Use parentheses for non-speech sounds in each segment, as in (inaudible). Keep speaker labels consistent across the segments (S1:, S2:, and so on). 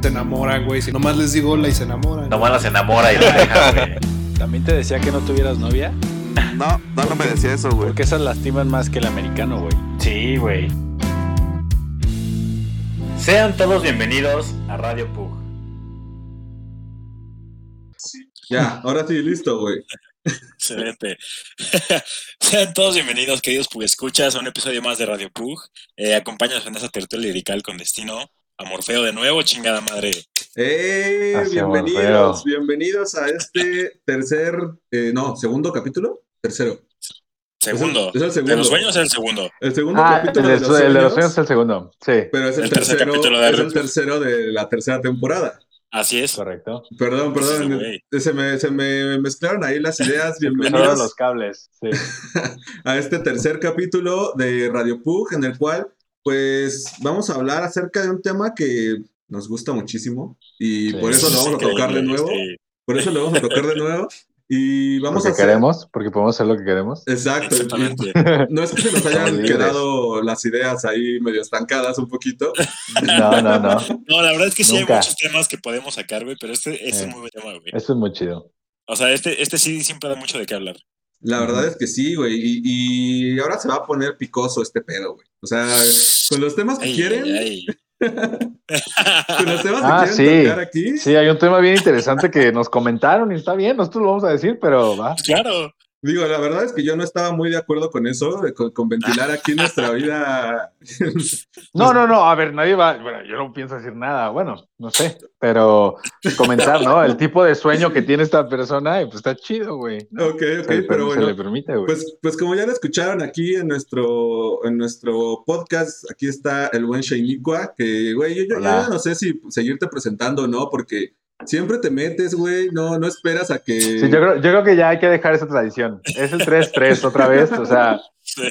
S1: Se enamoran, güey. Si nomás les digo hola y se enamoran.
S2: Nomás las enamora y las deja,
S3: (laughs)
S2: güey.
S4: También te decía que no tuvieras novia,
S5: (laughs) No, no, no me decía eso, güey.
S4: porque esas lastiman más que el americano, güey.
S2: Sí, güey. Sean todos bienvenidos a Radio Pug.
S6: Ya, ahora sí, listo, güey.
S7: Excelente. (laughs) Sean todos bienvenidos, queridos Pug Escuchas, a un episodio más de Radio Pug. Eh, acompáñanos en esa tertulia lirical con destino a Morfeo de nuevo, chingada madre.
S6: ¡Eh!
S3: Así,
S6: bienvenidos, bienvenidos a este tercer, eh, no, segundo capítulo, tercero.
S7: Segundo.
S6: Es el, es Pues el segundo.
S7: De los sueños es el segundo.
S6: El segundo
S8: Ah, el
S6: capítulo
S8: de,
S6: de, los
S8: el de los
S6: sueños,
S8: sueños es el segundo. Sí,
S6: pero es el,
S7: El tercer
S6: tercero,
S7: capítulo de
S6: es el
S7: Arrowverse.
S6: tercero de la tercera temporada.
S7: Así es.
S8: correcto.
S6: Perdón,
S7: Pues Sí,
S6: perdón, eh,
S7: güey.
S6: se me, se me mezclaron ahí las
S7: (laughs)
S6: ideas.
S8: Cruzaron
S6: (laughs) Bienvenidos
S8: los cables. Sí.
S6: a este tercer capítulo de Radio Pug, en el cual, pues, vamos a hablar acerca de un tema que nos gusta muchísimo y
S8: Sí.
S6: por eso lo vamos a tocar de
S7: Increíble,
S6: nuevo.
S7: este,
S6: Por eso lo vamos a tocar de nuevo.
S8: (laughs)
S6: Y vamos
S8: Porque
S6: a hacer.
S8: queremos, porque podemos hacer lo que queremos.
S6: Exacto.
S7: Exactamente.
S6: No es que se nos
S8: Estamos
S6: hayan
S8: libres.
S6: quedado las ideas ahí medio estancadas un poquito.
S8: No, no, no.
S7: No, la verdad es que sí
S8: Nunca.
S7: hay muchos temas que podemos sacar, güey, pero este, este es
S8: Eh.
S7: muy buen tema, güey.
S8: Eso es muy chido.
S7: O sea, este, este sí siempre da mucho de qué hablar.
S6: La verdad es que sí, güey. Y, y ahora se va a poner picoso este pedo, güey. O sea, con los temas que
S7: Ay,
S6: quieren,
S7: ay, ay.
S6: con los temas que
S8: Ah,
S6: quieren
S8: sí.
S6: tocar aquí.
S8: Sí, hay un tema bien interesante que nos comentaron y está bien, nosotros lo vamos a decir, pero va.
S7: Pues Claro.
S6: Digo, la verdad es que yo no estaba muy de acuerdo con eso, de- con, con ventilar aquí nuestra vida.
S8: No, no, no, a ver, nadie va. Bueno, yo no pienso decir nada, bueno, no sé, pero comentar, ¿no? El tipo de sueño que tiene esta persona, y pues está chido, güey.
S6: ok, ok,
S8: Se le-
S6: pero
S8: se le
S6: bueno.
S8: permite, güey.
S6: Pues, pues como ya lo escucharon aquí en nuestro, en nuestro podcast, aquí está el buen Sheinicua, que güey, yo, yo- yo
S8: Hola.
S6: ya no sé si seguirte presentando o no, porque siempre te metes, güey, no, no esperas a que...
S8: Sí, yo creo, yo creo que ya hay que dejar esa tradición. Es el 3-3 otra vez, o sea,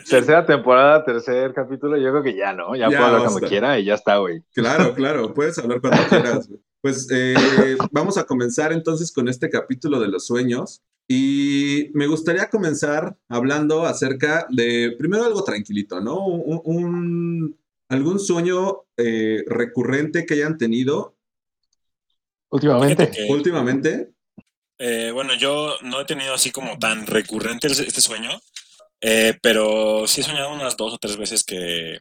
S8: tercera temporada, tercer capítulo, yo creo que ya, ¿no? Ya,
S6: Ya
S8: puedo hablar
S6: basta.
S8: cuando quiera y ya está, güey.
S6: Claro, claro, puedes hablar cuando quieras. güey. Pues eh, vamos a comenzar entonces con este capítulo de los sueños y me gustaría comenzar hablando acerca de, primero algo tranquilito, ¿no? Un, un- algún sueño eh, recurrente que hayan tenido
S8: Últimamente.
S7: Fíjate que-
S6: últimamente.
S7: Eh, bueno, yo no he tenido así como tan recurrente el- este sueño, eh, pero sí he soñado unas dos o tres veces que,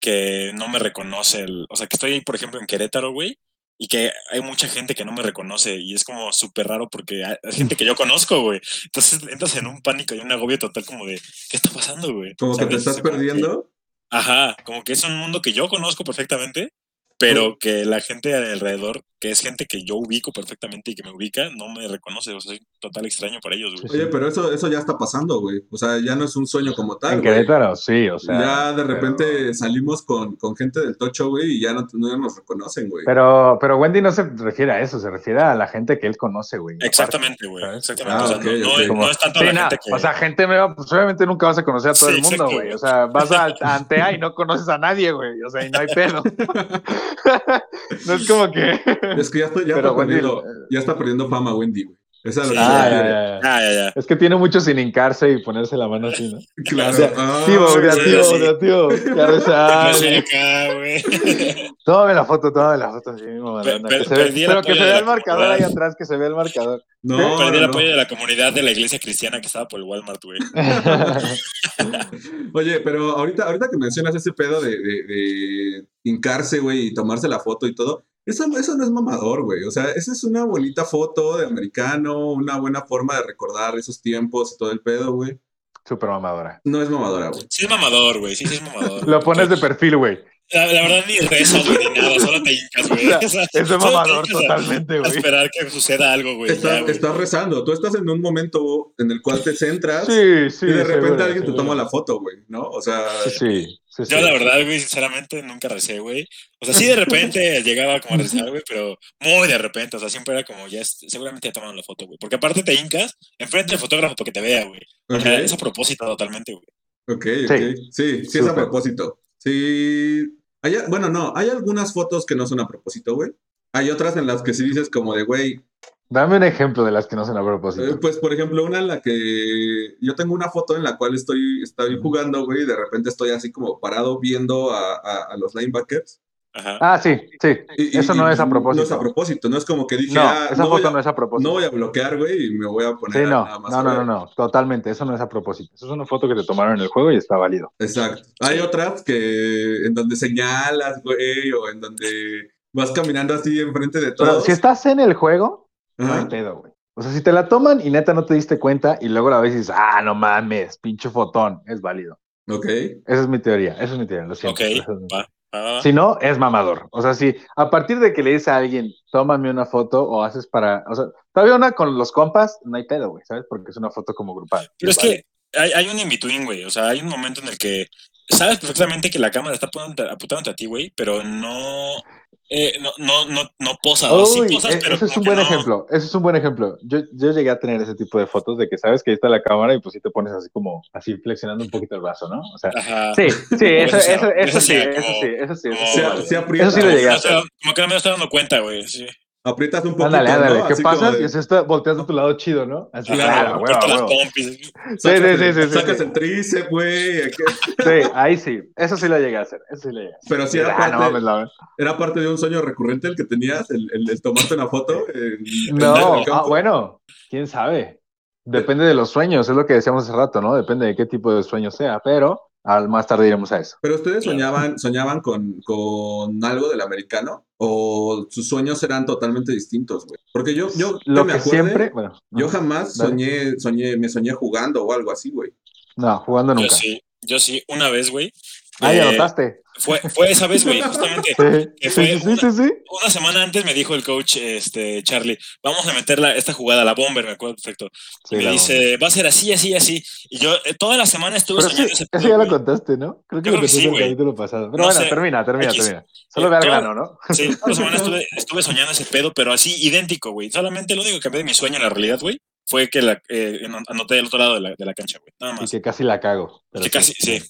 S7: que no me reconoce. el- o sea, que estoy, por ejemplo, en Querétaro, güey, y que hay mucha gente que no me reconoce y es como súper raro porque hay, hay gente que yo conozco, güey. Entonces entras en un pánico y un agobio total como de, ¿qué está pasando, güey?
S6: Como que te
S7: ¿Sabes?
S6: estás
S7: Como que-
S6: perdiendo.
S7: Ajá, como que es un mundo que yo conozco perfectamente, pero que la gente de alrededor, que es gente que yo ubico perfectamente y que me ubica, no me reconoce. O sea, soy total extraño para ellos, güey.
S8: Sí, sí.
S6: Oye, pero eso, eso ya está pasando, güey. O sea, ya no es un sueño como tal.
S8: en
S6: güey.
S8: Querétaro, sí, o sea.
S6: ya de
S8: pero-
S6: repente salimos con, con gente del tocho, güey, y ya no, no nos reconocen, güey.
S8: Pero, pero Wendy no se refiere a eso, se refiere a la gente que él conoce, güey.
S7: Exactamente, güey.
S8: ¿sabes?
S7: Exactamente.
S6: Ah,
S7: o sea,
S6: ok,
S7: no, no
S6: ok.
S7: es- no es tanto
S8: Sí,
S7: la
S8: no,
S7: gente que.
S8: O sea, gente nueva, pues obviamente nunca vas a conocer a todo
S7: Sí,
S8: el mundo,
S7: exacto,
S8: güey.
S7: güey.
S8: O sea, vas a a Antea y no conoces a nadie, güey. O sea, y no hay
S7: (laughs)
S8: pedo. (laughs) no es como que.
S6: Es que ya está, ya
S8: Pero
S6: está
S8: Wendy-
S6: perdiendo, ya está perdiendo fama Wendy, güey. Esa es
S7: Sí.
S6: la
S8: Ah,
S6: que
S8: ya,
S6: me refiero.
S8: ya, ya.
S7: Ah, ya, ya.
S8: Es que tiene mucho sin hincarse y ponerse la mano así, ¿no?
S6: Claro.
S8: Ya,
S6: Ah,
S8: Activo,
S6: sí,
S8: creativo,
S7: sí.
S8: creativo.
S7: (laughs) No
S8: Ya rezale.
S7: sé
S6: (laughs)
S7: acá, güey. (laughs)
S8: Tómame la foto, tómame la foto. Sí, mismo,
S7: Pe-
S8: Maradona,
S7: pe-
S8: que se ve-
S7: perdí el
S8: pero que se
S7: apoyo
S8: vea
S7: de
S8: el
S7: la
S8: marcador ahí
S7: comunidad.
S8: atrás, que se vea el marcador.
S6: No,
S7: Perdí el
S6: no, no.
S7: apoyo de la comunidad de la iglesia cristiana que estaba por el Walmart, güey.
S6: Oye, pero ahorita, ahorita que mencionas ese pedo de, de, de hincarse, güey, y tomarse la foto y todo, eso, eso no es mamador, güey. O sea, esa es una bonita foto de americano, una buena forma de recordar esos tiempos y todo el pedo, güey.
S8: (laughs) Super mamadora.
S6: No es mamadora, güey.
S7: Sí es mamador, güey. Sí, sí es mamador.
S8: Lo
S7: güey.
S8: pones de perfil, güey.
S7: La, la verdad, ni rezas, güey, ni nada, solo te hincas,
S8: (laughs)
S7: güey. O sea,
S8: Es de
S7: solo te
S8: mamador
S7: hincas a-
S8: totalmente,
S7: a
S8: güey.
S7: esperar que suceda algo, güey.
S6: Estás,
S7: Pues ya, güey.
S6: estás rezando. Tú estás en un momento en el cual te centras
S8: Sí, sí.
S6: y de repente
S8: seguro,
S6: alguien te
S8: seguro.
S6: toma la foto, güey, ¿no? O sea,
S8: Sí, sí. sí, sí.
S7: Yo, la verdad, güey, sinceramente nunca recé, güey. O sea, sí, de
S8: (laughs)
S7: repente llegaba como a rezar, güey, pero muy de repente. O sea, siempre era como, ya, es- seguramente ya tomaron la foto, güey. Porque aparte te hincas enfrente del fotógrafo para que te vea, güey. O sea, es a
S6: ok,
S7: propósito totalmente, güey.
S6: ok, ok. Sí, sí, es a
S8: Súper.
S6: propósito. Sí. Hay- bueno, no, hay algunas fotos que no son a propósito, güey. Hay otras en las que sí dices como de, güey,
S8: Dame un ejemplo de las que no son a propósito.
S6: Eh, Pues, por ejemplo, una en la que yo tengo una foto en la cual estoy, estoy jugando, güey, y de repente estoy así como parado viendo a, a- a los linebackers.
S7: Ajá.
S8: Ah, sí, sí.
S6: Y- y-
S8: Eso no
S6: y
S8: es a propósito.
S6: No es a propósito, no es como que dije,
S8: No,
S6: ah,
S8: esa
S6: no, voy
S8: foto
S6: a,
S8: no es a propósito.
S6: no voy a bloquear, güey, y me voy a poner
S8: Sí,
S6: a-
S8: no,
S6: nada
S8: no,
S6: más
S8: no,
S6: a ver".
S8: no, no, totalmente, eso no es a propósito. Eso es una foto que te tomaron en el juego y está válido.
S6: Exacto. Hay otras que en donde señalas, güey, o en donde vas caminando así enfrente de
S8: Pero
S6: todos.
S8: si estás en el juego, no hay
S6: Ajá.
S8: pedo, güey. O sea, si te la toman y neta no te diste cuenta y luego la ves y dices, ah, no mames, pinche fotón, es válido.
S6: Ok.
S8: Esa es mi teoría, esa es mi teoría, lo siento.
S7: Ok,
S8: Esa es mi-
S7: va. Ah,
S8: Si no, es mamador. O sea, si a partir de que le dices a alguien, tómame una foto o haces para. O sea, todavía una con los compas, no hay pedo, güey, ¿sabes? Porque es una foto como grupal.
S7: Pero es
S8: Vale.
S7: que hay, hay un in-between, güey. O sea, hay un momento en el que sabes perfectamente que la cámara está apuntando- apuntándote a ti, güey, pero no, eh, no, no, no, no posas. O sí
S8: Uy,
S7: posas,
S8: e-
S7: pero
S8: eso es
S7: como
S8: un
S7: que
S8: buen
S7: no.
S8: ejemplo. Eso es un buen ejemplo. Yo, yo llegué a tener ese tipo de fotos de que sabes que ahí está la cámara y pues sí te pones así como, así flexionando un poquito el brazo, ¿no? O sea,
S7: Ajá.
S8: sí, sí,
S7: Eso-
S8: eso, eso,
S7: eso
S8: eso sí,
S7: sí,
S8: eso
S7: como-
S8: sí, eso sí. eso
S7: como-
S8: sí,
S6: Se,
S8: Oh, vale.
S6: se aprietas,
S8: Eso sí lo llegué.
S7: Como que
S8: a
S7: no
S8: hacer.
S7: se- Como que no me estoy dando cuenta, güey. Sí.
S6: aprietas un poquito.
S8: Ándale, ándale,
S6: ¿no?
S8: ¿qué
S6: Así como
S8: pasa?
S6: de-
S8: Y es esto, volteas a tu lado chido, ¿no? Así,
S6: Claro,
S8: ah,
S7: Claro,
S8: huevo,
S7: las
S8: huevo.
S7: pompis.
S6: sacas,
S8: sí,
S6: el,
S8: sí, sí,
S6: sacas
S8: sí.
S6: el tríceps, güey. aquí-
S8: Sí, ahí sí, eso sí lo llegué a hacer, eso sí lo llegué a hacer.
S6: Pero sí era
S8: Ah, no
S6: parte-
S8: mames, la-
S6: ¿Era parte de un sueño recurrente el que tenías, el, el- el tomarte una foto? en- en
S8: No,
S6: el campo?
S8: ah, bueno, quién sabe. Depende de los sueños, es lo que decíamos hace rato, ¿no? Depende de qué tipo de sueño sea, pero al más tarde iremos a eso.
S6: Pero ustedes soñaban, soñaban con, con algo del americano o sus sueños eran totalmente distintos, güey. Porque yo, yo
S8: lo
S6: me
S8: que,
S6: acuerde,
S8: siempre, bueno,
S6: yo jamás
S8: Dale.
S6: soñé, soñé, me soñé jugando o algo así, güey.
S8: no, jugando
S7: Yo
S8: nunca.
S7: sí, yo sí, una vez, güey.
S8: Ah,
S7: Eh,
S8: ya notaste.
S7: Fue, fue esa vez,
S8: (laughs)
S7: güey, justamente.
S8: Sí,
S7: que fue
S8: sí, sí, sí, sí.
S7: Una semana antes me dijo el coach, este, Charlie, vamos a meter la- esta jugada, la bomber, me acuerdo perfecto.
S8: Sí,
S7: me
S8: la
S7: dice, va a ser así, así, así. Y yo eh, toda la semana estuve
S8: Pero sí,
S7: soñando ese
S8: (laughs) eso
S7: pedo,
S8: ya lo
S7: güey.
S8: contaste, ¿no? Creo que
S7: Yo creo
S8: lo
S7: que
S8: contaste
S7: sí,
S8: en el
S7: güey.
S8: capítulo pasado. Pero
S7: No
S8: bueno,
S7: sé,
S8: termina, termina,
S7: X.
S8: termina. Solo ve al
S7: Yo-
S8: grano, ¿no?
S7: Sí, toda la semana
S8: (laughs)
S7: estuve, estuve soñando ese pedo, pero así idéntico, güey. Solamente lo único que cambió de mi sueño en la realidad, güey, fue que la, eh, en- anoté del otro lado de la, de la cancha, güey. Nada
S8: Y
S7: más.
S8: que casi la cago. pero
S7: Que casi, sí.
S8: sí,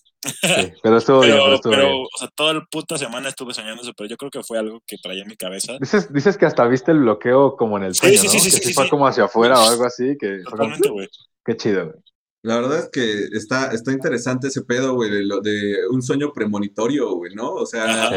S8: Pero estuvo bien, pero
S7: Pero,
S8: estuvo
S7: pero,
S8: bien.
S7: o sea, toda la puta semana estuve soñando eso, pero yo creo que fue algo que traía en mi cabeza.
S8: Dices, dices que hasta viste el bloqueo como en el
S7: Sí,
S8: sueño,
S7: sí, sí,
S8: ¿no?
S7: sí,
S8: que
S7: sí,
S8: sí
S7: sí,
S8: fue
S7: sí.
S8: como hacia afuera o algo así, que fue como,
S7: Totalmente, güey.
S8: qué chido, güey.
S6: La verdad es que está, está interesante ese pedo, güey, de, lo- de un sueño premonitorio, güey, ¿no? O sea,
S7: Ajá.
S8: Sí.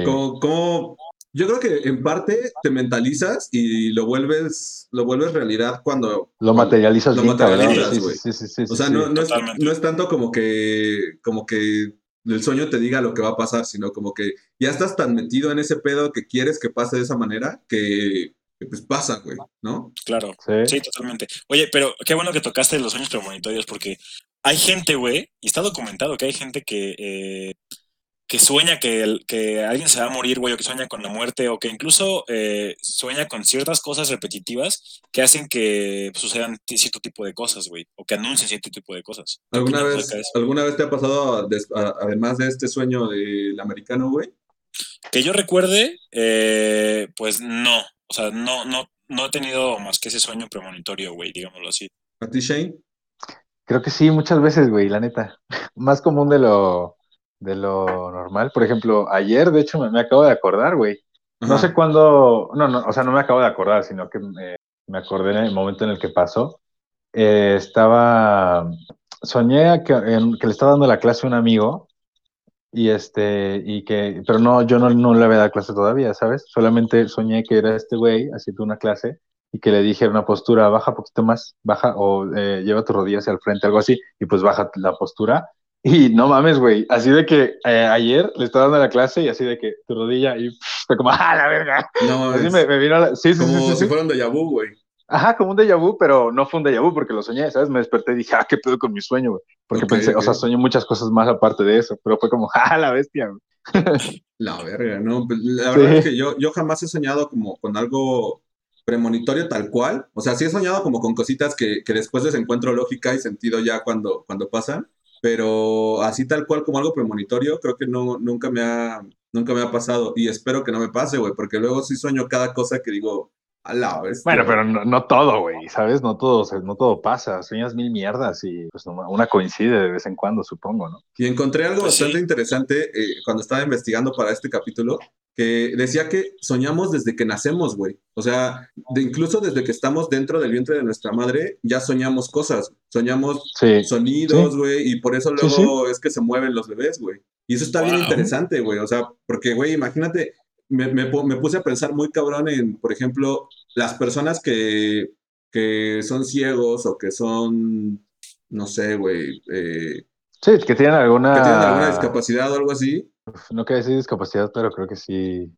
S6: Ah, como, como- yo creo que en parte te mentalizas y lo vuelves, lo vuelves realidad cuando
S8: Lo materializas
S6: Lo
S8: bien, cabrón.
S6: materializas,
S8: Sí,
S6: güey.
S8: sí, sí, sí,
S6: O
S8: sí,
S6: sea,
S8: sí.
S6: no, no, es,
S7: totalmente.
S6: no es tanto como que, como que el sueño te diga lo que va a pasar, sino como que ya estás tan metido en ese pedo que quieres que pase de esa manera que, que, pues pasa, güey, ¿no?
S7: Claro.
S8: Sí.
S7: Sí, totalmente. Oye, pero qué bueno que tocaste los sueños premonitorios porque hay gente, güey, y está documentado que hay gente que, eh, que sueña que, el- que alguien se va a morir, güey, o que sueña con la muerte, o que incluso eh, sueña con ciertas cosas repetitivas que hacen que pues, sucedan t- cierto tipo de cosas, güey, o que anuncien cierto tipo de cosas. ¿Qué
S6: ¿Alguna
S7: opinas
S6: vez,
S7: acerca de eso?
S6: ¿Alguna vez te ha pasado, a- des- a- además de este sueño del americano, güey?
S7: Que yo recuerde, eh, pues no, o sea, no, no, no he tenido más que ese sueño premonitorio, güey, digámoslo así.
S6: ¿A ti, Shane?
S8: Creo que sí, muchas veces, güey, la neta. (laughs) Más común de lo, de lo normal. Por ejemplo, ayer, de hecho, me, me acabo de acordar, güey. No
S6: Ajá.
S8: sé cuándo, no, no, o sea, no me acabo de acordar, sino que me, me acordé en el momento en el que pasó. Eh, estaba, soñé a que, en- que le estaba dando la clase a un amigo y este, y que, pero no, yo no, no le había dado clase todavía, ¿sabes? Solamente soñé que era este güey haciendo una clase y que le dije en una postura, baja poquito más, baja o eh, lleva tu rodilla hacia el frente, algo así, y pues baja la postura. Y no mames, güey, así de que eh, ayer le estaba dando la clase y así de que tu rodilla y fue como, (laughs) ¡ah, la verga!
S6: No,
S8: Así
S6: es
S8: me, me vino la- Sí, sí, sí,
S6: Pues, como
S8: sí,
S6: si
S8: sí.
S6: fueran de Yabu, güey.
S8: Ajá, como un déjà vu, pero no fue un déjà vu porque lo soñé, ¿sabes? Me desperté y dije, ah, qué pedo con mi sueño, güey. Porque
S6: Ok,
S8: pensé, o
S6: ok.
S8: sea, soñé muchas cosas más aparte de eso, pero fue como, (laughs) ah, la bestia, güey.
S6: La verga, ¿no? Pues, La
S8: Sí.
S6: verdad es que yo, yo jamás he soñado como con algo premonitorio tal cual. O sea, sí he soñado como con cositas que, que después les encuentro lógica y sentido ya cuando, cuando pasan, pero así tal cual como algo premonitorio, creo que no, nunca me ha, nunca me ha pasado. Y espero que no me pase, güey, porque luego sí sueño cada cosa que digo, a la vez.
S8: Bueno, pero no, no todo, güey, ¿sabes? No todo, se- no todo pasa. Sueñas mil mierdas y pues no- una coincide de vez en cuando, supongo, ¿no?
S6: Y encontré algo
S7: Pues sí.
S6: bastante interesante eh, cuando estaba investigando para este capítulo, que decía que soñamos desde que nacemos, güey. O sea, de- incluso desde que estamos dentro del vientre de nuestra madre, ya soñamos cosas, soñamos
S8: Sí.
S6: sonidos, güey, y por eso
S8: Sí,
S6: luego es que se mueven los bebés, güey. Y eso está bien
S7: Wow.
S6: interesante, güey. O sea, porque, güey, imagínate, me, me pu- me puse a pensar muy cabrón en, por ejemplo, las personas que, que son ciegos o que son, no sé, güey, eh,
S8: Sí, que tienen alguna.
S6: que tienen
S8: Ah.
S6: alguna discapacidad o algo así.
S8: No quiero decir discapacidad, pero creo que sí.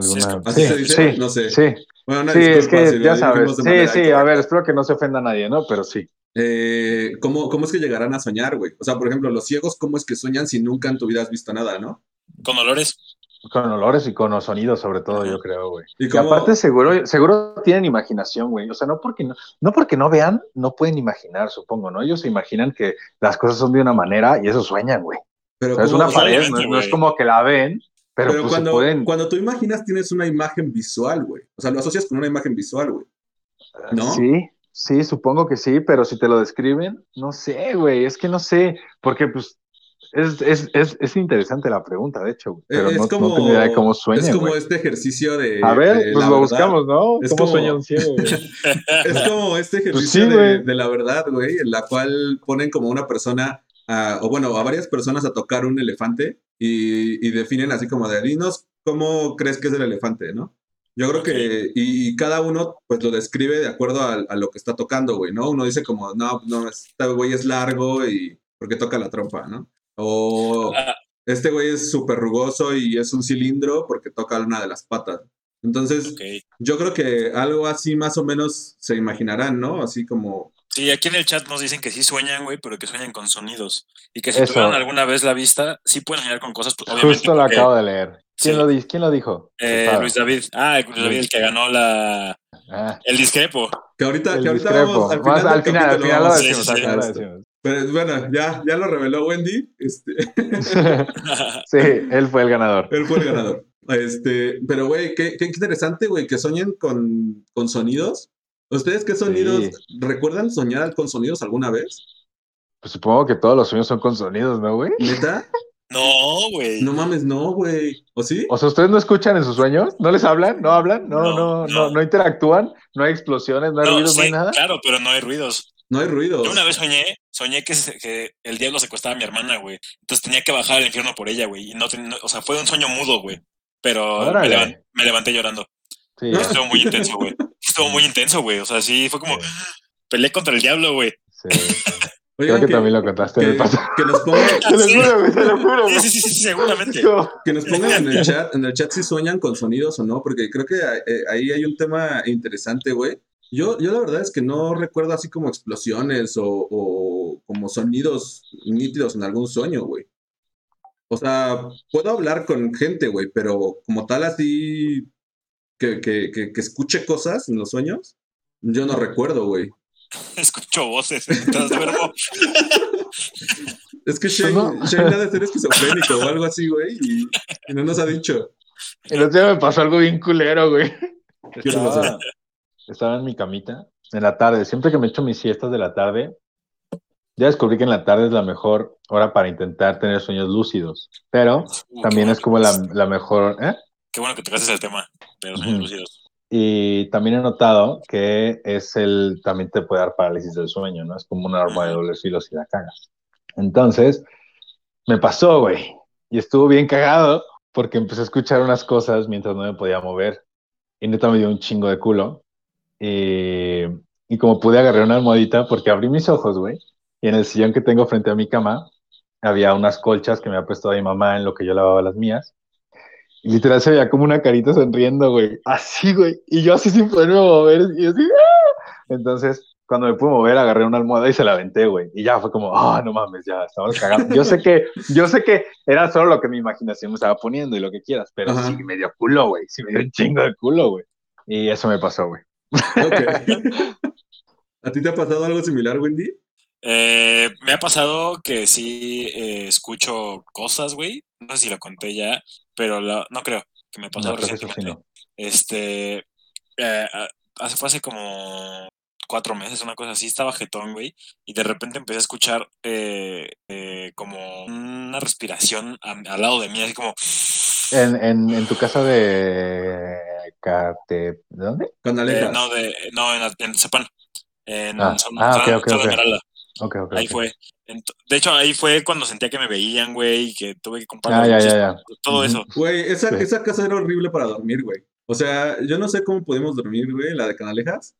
S7: Sí,
S8: Alguna...
S6: ¿Así se dice? No sé.
S8: Sí,
S6: Bueno, una
S8: sí, es
S6: disculpa
S8: que
S6: si lo
S8: ya
S6: dijimos
S8: sabes.
S6: de
S8: Sí,
S6: manera
S8: sí, a
S6: incorrecta.
S8: ver, espero que no se ofenda a nadie, ¿no? Pero sí.
S6: Eh, ¿cómo, ¿Cómo es que llegarán a soñar, güey? O sea, por ejemplo, los ciegos, ¿cómo es que sueñan si nunca en tu vida has visto nada, no?
S7: Con olores.
S8: Con olores y con los sonidos, sobre todo, yo creo, güey.
S6: Y,
S8: Y
S6: cómo-
S8: aparte, seguro, seguro tienen imaginación, güey. O sea, no porque no, no porque no vean, no pueden imaginar, supongo, ¿no? Ellos se imaginan que las cosas son de una manera y eso sueñan, güey.
S6: pero
S8: O sea, es
S6: cómo-
S8: una pared, no, no es
S7: güey.
S8: como que la ven, pero,
S6: pero
S8: pues se
S6: cuando,
S8: pueden.
S6: cuando tú imaginas, tienes una imagen visual, güey. O sea, lo asocias con una imagen visual, güey. ¿No?
S8: Ah, Sí, sí, supongo que sí, pero si te lo describen, no sé, güey, es que no sé, porque pues es, es, es, es interesante la pregunta, de hecho, güey,
S6: Eh,
S8: pero
S6: es
S8: no, no
S6: como,
S8: tengo idea de cómo sueña,
S6: es como
S8: güey.
S6: este ejercicio de.
S8: A
S6: de
S8: ver, pues
S6: la
S8: lo
S6: verdad.
S8: buscamos, ¿no?
S6: Es
S8: ¿Cómo
S6: como-
S8: sueña un ciego, güey?
S6: Es como este
S8: Pues
S6: ejercicio
S8: sí,
S6: de,
S8: güey.
S6: de la verdad, güey, en la cual ponen como una persona, a- o bueno, a varias personas a tocar un elefante y, y definen así como de, dinos, ¿cómo crees que es el elefante, no? Yo creo que, y, y cada uno pues lo describe de acuerdo a, a lo que está tocando, güey, ¿no? Uno dice como, no, no, este güey es largo y porque toca la trompa, ¿no? O
S7: Ah,
S6: este güey es súper rugoso y es un cilindro porque toca una de las patas. Entonces,
S7: ok.
S6: yo creo que algo así más o menos se imaginarán, ¿no? Así como...
S7: Sí, aquí en el chat nos dicen que sí sueñan, güey, pero que sueñan con sonidos. Y que si
S8: Eso.
S7: tuvieron alguna vez la vista, sí pueden soñar con cosas. pues, obviamente,
S8: Justo lo
S7: porque,
S8: acabo de leer. ¿Quién,
S7: sí.
S8: lo, di- ¿Quién lo dijo?
S7: eh,
S8: Sabe.
S7: Luis David. Ah, el Luis David, el que ganó la,
S8: Ah,
S7: el discrepo. (laughs)
S6: Que ahorita,
S8: el
S6: que ahorita
S8: discrepo.
S6: vamos al final,
S8: Más-
S6: del
S8: al final, al
S6: capítulo
S8: final lo
S6: vamos a
S7: sí,
S8: decimos,
S7: sí,
S8: al
S6: hablar
S8: final lo
S6: de esto. Pero bueno, ya, ya lo reveló Wendy. Este, (laughs)
S8: decimos. (laughs) Sí, él fue el ganador.
S6: él fue el ganador. Este, pero güey, qué, qué interesante, güey, que soñen con, con sonidos. ¿Ustedes qué sonidos? ¿Recuerdan soñar con sonidos alguna vez?
S8: Pues supongo que todos los sueños son con sonidos, ¿no, güey?
S6: ¿Neta?
S7: No, güey.
S6: No mames, no, güey. ¿O sí?
S8: O sea, ¿ustedes no escuchan en sus sueños? ¿No les hablan? ¿No hablan? ¿No,
S7: No,
S8: no, no, no,
S7: no.
S8: interactúan? ¿No hay explosiones? ¿No hay
S7: No,
S8: ruidos? ¿No
S7: sí,
S8: hay nada?
S7: Claro, pero no hay ruidos.
S6: No hay ruidos.
S7: Yo una vez soñé, soñé que, se- que el diablo secuestraba a mi hermana, güey. Entonces tenía que bajar al infierno por ella, güey. Y no, ten- no- o sea, fue un sueño mudo, güey. Pero me,
S8: Órale.
S7: levan- me levanté llorando.
S8: Sí,
S7: Estuvo muy intenso, güey. Estuvo muy intenso, güey. O sea, sí, fue como,
S8: Sí.
S7: peleé contra el diablo, güey.
S8: sí, sí. Creo
S6: Oigan,
S8: que, también lo contaste en el
S6: que-
S8: pasado.
S6: que nos pongan,
S8: Te lo juro, güey, te lo juro.
S7: Sí,
S8: güey.
S7: sí, sí, sí, seguramente.
S8: (laughs) Es como-
S6: Que nos pongan en el chat, en el chat si sueñan con sonidos o no, porque creo que eh, ahí hay un tema interesante, güey. Yo, yo la verdad es que no recuerdo así como explosiones o, o como sonidos nítidos en algún sueño, güey. O sea, puedo hablar con gente, güey, pero como tal así que, que, que, que escuche cosas en los sueños, yo no recuerdo, güey.
S7: Escucho voces mientras duermo.
S6: Es que Shane,
S8: no.
S6: Shane ha de ser esquizofrénico o algo así, güey, y, y no nos ha dicho.
S8: El otro día me pasó algo bien culero, güey.
S6: ¿Qué te pasó?
S8: Estaba, estaba en mi camita en la tarde. Siempre que me echo mis siestas de la tarde, ya descubrí que en la tarde es la mejor hora para intentar tener sueños lúcidos. Pero
S7: Uh,
S8: (laughs) también
S7: qué
S8: es como la,
S7: bueno que-
S8: la mejor... ¿eh?
S7: Qué bueno que tocaste el tema de los sueños
S8: Ujú.
S7: lúcidos.
S8: Y también he notado que es el, también te puede dar parálisis del sueño, ¿no? Es como un arma de doble filo si la cagas. Entonces, me pasó, güey. Y estuvo bien cagado porque empecé a escuchar unas cosas mientras no me podía mover. Y neta me dio un chingo de culo. Y, y como pude agarré una almohadita porque abrí mis ojos, güey. Y en el sillón que tengo frente a mi cama había unas colchas que me había prestado mi mamá en lo que yo lavaba las mías. Y literal se veía como una carita sonriendo, güey. Así, güey. Y yo así sin poderme mover. Y yo así, ¡ah! Entonces, cuando me pude mover, agarré una almohada y se la aventé, güey. Y ya fue como, ah, no mames, ya, estamos cagando. Yo sé que, yo sé que era solo lo que mi imaginación me estaba poniendo y lo que quieras, pero
S6: Ajá.
S8: sí me dio culo, güey. Sí me dio un chingo de culo, güey. Y eso me pasó, güey.
S6: Ok. ¿A ti te ha pasado algo similar, Wendy?
S7: Eh, me ha pasado que sí eh, escucho cosas, güey. No sé si lo conté ya, pero la- no creo que me ha pasado
S8: No, creo que eso sí
S7: recientemente.
S8: no.
S7: Este, eh, a- hace, fue hace como cuatro meses, una cosa así, estaba jetón, güey, y de repente empecé a escuchar eh, eh, como una respiración a- al lado de mí, así como
S8: En, en, en tu casa de... Cate... ¿Dónde?
S6: Con
S7: eh,
S6: Aleja.
S7: no, de, no, en, en Zapan, en
S8: Ah,
S7: San-
S8: ah, ok,
S7: San-
S8: ok,
S7: San
S8: ok.
S7: Esmeralda.
S8: Ok, ok.
S7: Ahí
S8: ok.
S7: fue. Ent- De hecho, ahí fue cuando sentía que me veían, güey, y que tuve que comprar
S8: Ah, ya,
S7: lonches,
S8: ya, ya.
S7: todo
S8: Ujú.
S7: eso.
S6: Güey, esa,
S8: Sí.
S6: esa casa era horrible para dormir, güey. O sea, yo no sé cómo pudimos dormir, güey, la de Canalejas.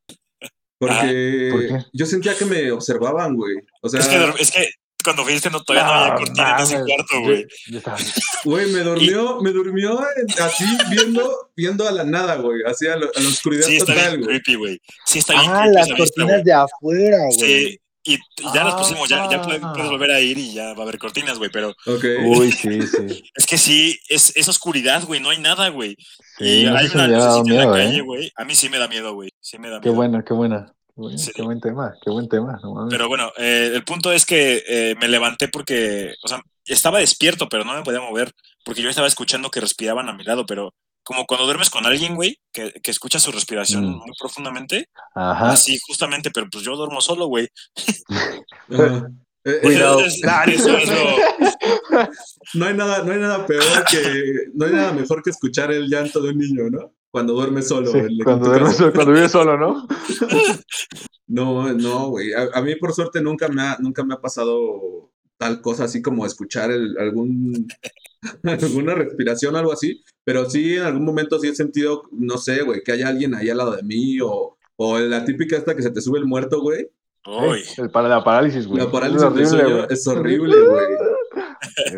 S6: Porque
S8: ¿por qué?
S6: yo sentía que me observaban, güey. O sea,
S7: Es que, dor- es que cuando fuiste no, todavía no había cortina en ese
S8: Ah, mames.
S7: cuarto, güey.
S8: Yo-
S7: (laughs)
S8: yo estaba-
S6: güey, me durmió, me durmió en- así viendo, viendo a la nada, güey. Así a, lo- a la oscuridad
S7: Sí, está
S6: total,
S7: bien
S6: güey.
S7: creepy, güey. Sí, está
S8: Ah,
S7: bien creepy esa vista, güey.
S9: de afuera,
S7: Sí, y t- ya las pusimos, ya, ya puedes
S9: Ah.
S7: puedes volver a ir y ya va a haber cortinas, güey, pero
S6: Ok.
S7: Uh.
S8: Uy, sí, sí.
S7: es que sí, es, es oscuridad, güey, no hay nada, güey.
S8: Sí,
S7: y
S8: no
S7: hay
S8: sé si
S7: una
S8: me había dado
S7: lucecita en
S8: miedo,
S7: la
S8: ¿eh?
S7: calle, güey. A mí sí me da miedo, güey. Sí me da
S8: Qué
S7: miedo.
S8: buena, qué buena. Qué buen,
S7: Sí.
S8: qué buen tema, qué buen tema. No mames.
S7: Pero bueno, eh, el punto es que eh, me levanté porque, o sea, estaba despierto, pero no me podía mover, porque yo estaba escuchando que respiraban a mi lado, pero como cuando duermes con alguien, güey, que, que escucha su respiración
S8: Mm. Ah.
S7: muy profundamente,
S8: Ajá.
S7: así justamente, pero pues yo duermo solo, güey.
S6: Ajá. Eh, eh,
S9: Cuidado.
S7: Entonces, eso es lo-
S6: no, hay nada, no hay nada peor que. No hay nada mejor que escuchar el llanto de un niño, ¿no? Cuando duerme solo.
S8: Sí,
S6: en- en
S8: cuando,
S6: tu
S8: duermes
S6: casa.
S8: solo- cuando vives solo, ¿no?
S6: No, eh, no, güey. A, a mí, por suerte, nunca me ha, nunca me ha pasado tal cosa así como escuchar el- algún, (laughs) alguna respiración o algo así. Pero sí, en algún momento sí he sentido, no sé, güey, que haya alguien ahí al lado de mí o, o la típica esta que se te sube el muerto, güey.
S7: (laughs) Uy.
S8: El para la parálisis, güey.
S6: La parálisis del sueño es horrible, güey.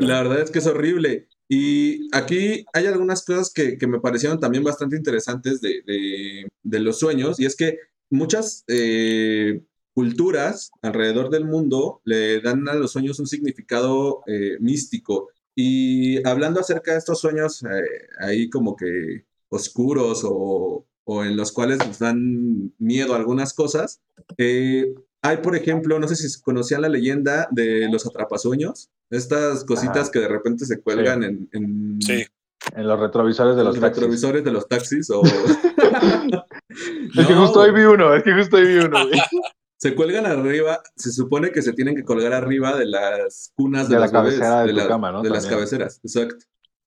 S6: La verdad es que es horrible. Y aquí hay algunas cosas que, que me parecieron también bastante interesantes de, de- de los sueños, y es que muchas eh, culturas alrededor del mundo le dan a los sueños un significado eh, místico. Y hablando acerca de estos sueños eh, ahí como que oscuros o, o en los cuales nos dan miedo algunas cosas, eh, hay, por ejemplo, no sé si conocían la leyenda de los atrapasueños, estas cositas
S8: Ajá.
S6: que de repente se cuelgan en, en
S8: Mm.
S7: Sí.
S8: En los retrovisores de los
S6: los
S8: taxis.
S6: retrovisores de los taxis
S8: (laughs)
S6: o...
S8: Es que
S6: No,
S8: justo hoy vi uno, es que justo hoy vi uno,
S6: (laughs)
S8: güey.
S6: Se cuelgan arriba, se supone que se tienen que colgar arriba de las cunas de,
S8: De la
S6: los bebés,
S8: cabecera de tu
S6: la-
S8: cama, ¿no?
S6: De las
S8: También.
S6: cabeceras, exacto.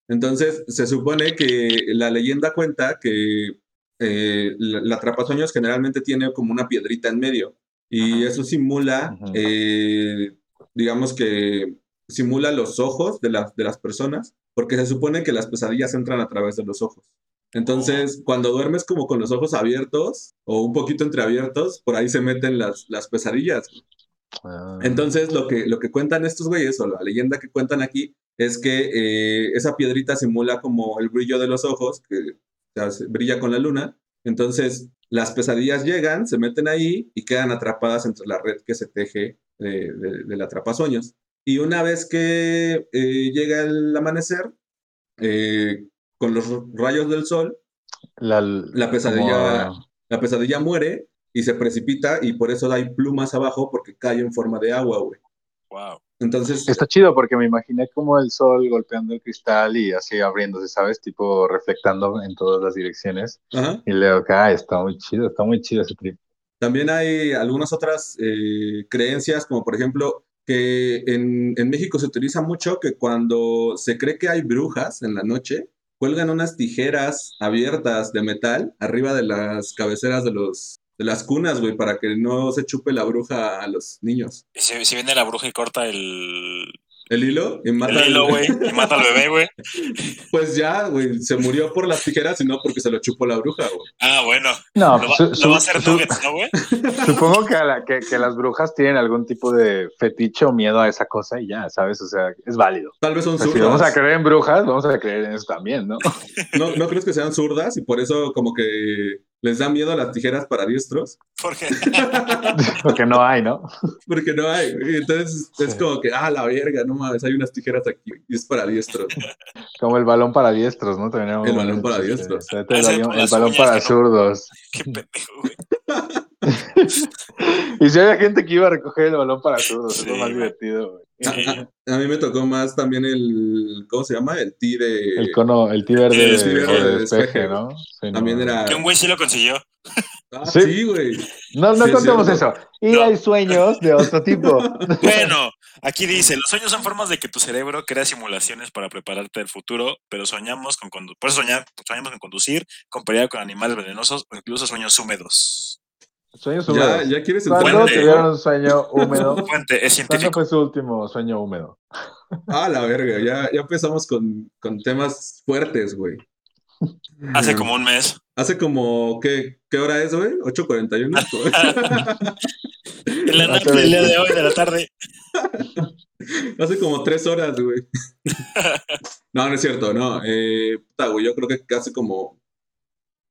S6: Entonces, se supone que la leyenda cuenta que eh, la, la atrapasueños generalmente tiene como una piedrita en medio y eso simula,
S8: Ujú.
S6: eh, digamos que simula los ojos de, las de las personas, porque se supone que las pesadillas entran a través de los ojos. Entonces, cuando duermes como con los ojos abiertos o un poquito entreabiertos, por ahí se meten las, las pesadillas.
S8: Ah.
S6: Entonces, lo que, lo que cuentan estos güeyes o la leyenda que cuentan aquí es que eh, esa piedrita simula como el brillo de los ojos, que o sea, se- brilla con la luna. Entonces, las pesadillas llegan, se meten ahí y quedan atrapadas entre la red que se teje de, de, del atrapasueños. Y una vez que eh, llega el amanecer, eh, con los rayos del sol,
S8: la,
S6: la pesadilla-
S8: como-
S6: la pesadilla muere y se precipita y por eso hay plumas abajo porque cae en forma de agua, güey.
S7: Wow.
S6: Entonces,
S8: Está chido porque me imaginé como el sol golpeando el cristal y así abriéndose, ¿sabes? Tipo reflectando en todas las direcciones.
S6: ajá.
S8: Y leo que, ah, está muy chido, está muy chido ese trip.
S6: también hay algunas otras eh, creencias, como por ejemplo que en, en México se utiliza mucho que cuando se cree que hay brujas en la noche, cuelgan unas tijeras abiertas de metal arriba de las cabeceras de los de las cunas, güey, para que no se chupe la bruja a los niños.
S7: Y Si, si viene la bruja y corta el,
S6: El hilo y mata
S7: el
S6: al-
S7: hilo, güey, y mata al bebé, güey.
S6: (laughs) Pues ya, güey, se murió por las tijeras y no porque se lo chupó la bruja, güey.
S7: Ah, bueno.
S8: No,
S7: Lo va,
S8: su-
S7: lo
S8: su-
S7: va a hacer
S8: su-
S7: Nuggets, ¿no, güey?
S8: (laughs) Supongo que, a la- que, que las brujas tienen algún tipo de fetiche o miedo a esa cosa y ya, ¿sabes? O sea, es válido.
S6: Tal vez son
S8: O sea, si
S6: zurdas.
S8: Pues vamos a creer en brujas, vamos a creer en eso también, ¿no? (laughs)
S6: ¿No, no crees que sean zurdas y por eso como que les da miedo las tijeras para diestros
S7: Porque (laughs)
S8: Porque no hay, ¿no?
S6: porque no hay. güey. Entonces es como que, ah, la verga, no mames, hay unas tijeras aquí y es para diestros.
S8: Como el balón para diestros, ¿no? También era un
S6: El balón
S8: chiste.
S6: para diestros.
S8: Sobre todo El,
S7: Ese
S8: balón-
S7: con las
S8: el balón
S7: uñas
S8: para
S7: que no-
S8: zurdos.
S7: qué pendejo, güey.
S8: (laughs) Y si había gente que iba a recoger el balón para zurdos, es lo
S7: Sí,
S8: más
S7: güey.
S8: divertido, güey.
S7: Sí.
S6: A, a- a mí me tocó más también el, ¿cómo se llama? El ti de...
S8: El cono, el tíber
S7: Sí,
S8: de,
S7: el
S6: tíber
S8: de
S6: de
S8: despeje,
S6: despeje.
S8: ¿no? Sí, no.
S6: También era...
S7: Que un güey sí lo consiguió.
S6: Ah,
S8: Sí.
S6: sí, güey.
S8: No, no
S6: Sí, es
S8: contemos eso.
S6: cierto.
S8: Y
S7: No.
S8: hay sueños de otro tipo.
S7: (laughs) Bueno, aquí dice, los sueños son formas de que tu cerebro crea simulaciones para prepararte del futuro, pero soñamos con condu- por eso soñar- soñamos con conducir, con pelear con animales venenosos o incluso sueños húmedos.
S8: Sueños
S6: Ya,
S8: húmedos.
S6: ya quieres
S8: ¿Cuándo
S7: Duende.
S8: tuvieron un sueño húmedo?
S7: Fuente, Este es
S8: ¿Cuándo
S7: científico.
S8: fue su último sueño húmedo?
S6: Ah, la verga, ya, ya empezamos con, con temas fuertes, güey.
S7: Hace como un mes.
S6: Hace como, ¿qué, qué hora es, güey?
S7: (laughs)
S6: (laughs) ¿8.41?
S7: En la
S8: Hace
S7: noche del día
S8: veinte.
S7: de hoy, de la tarde.
S6: Hace como tres horas, güey. No, no es cierto, no. Eh, puta, güey, yo creo que hace como,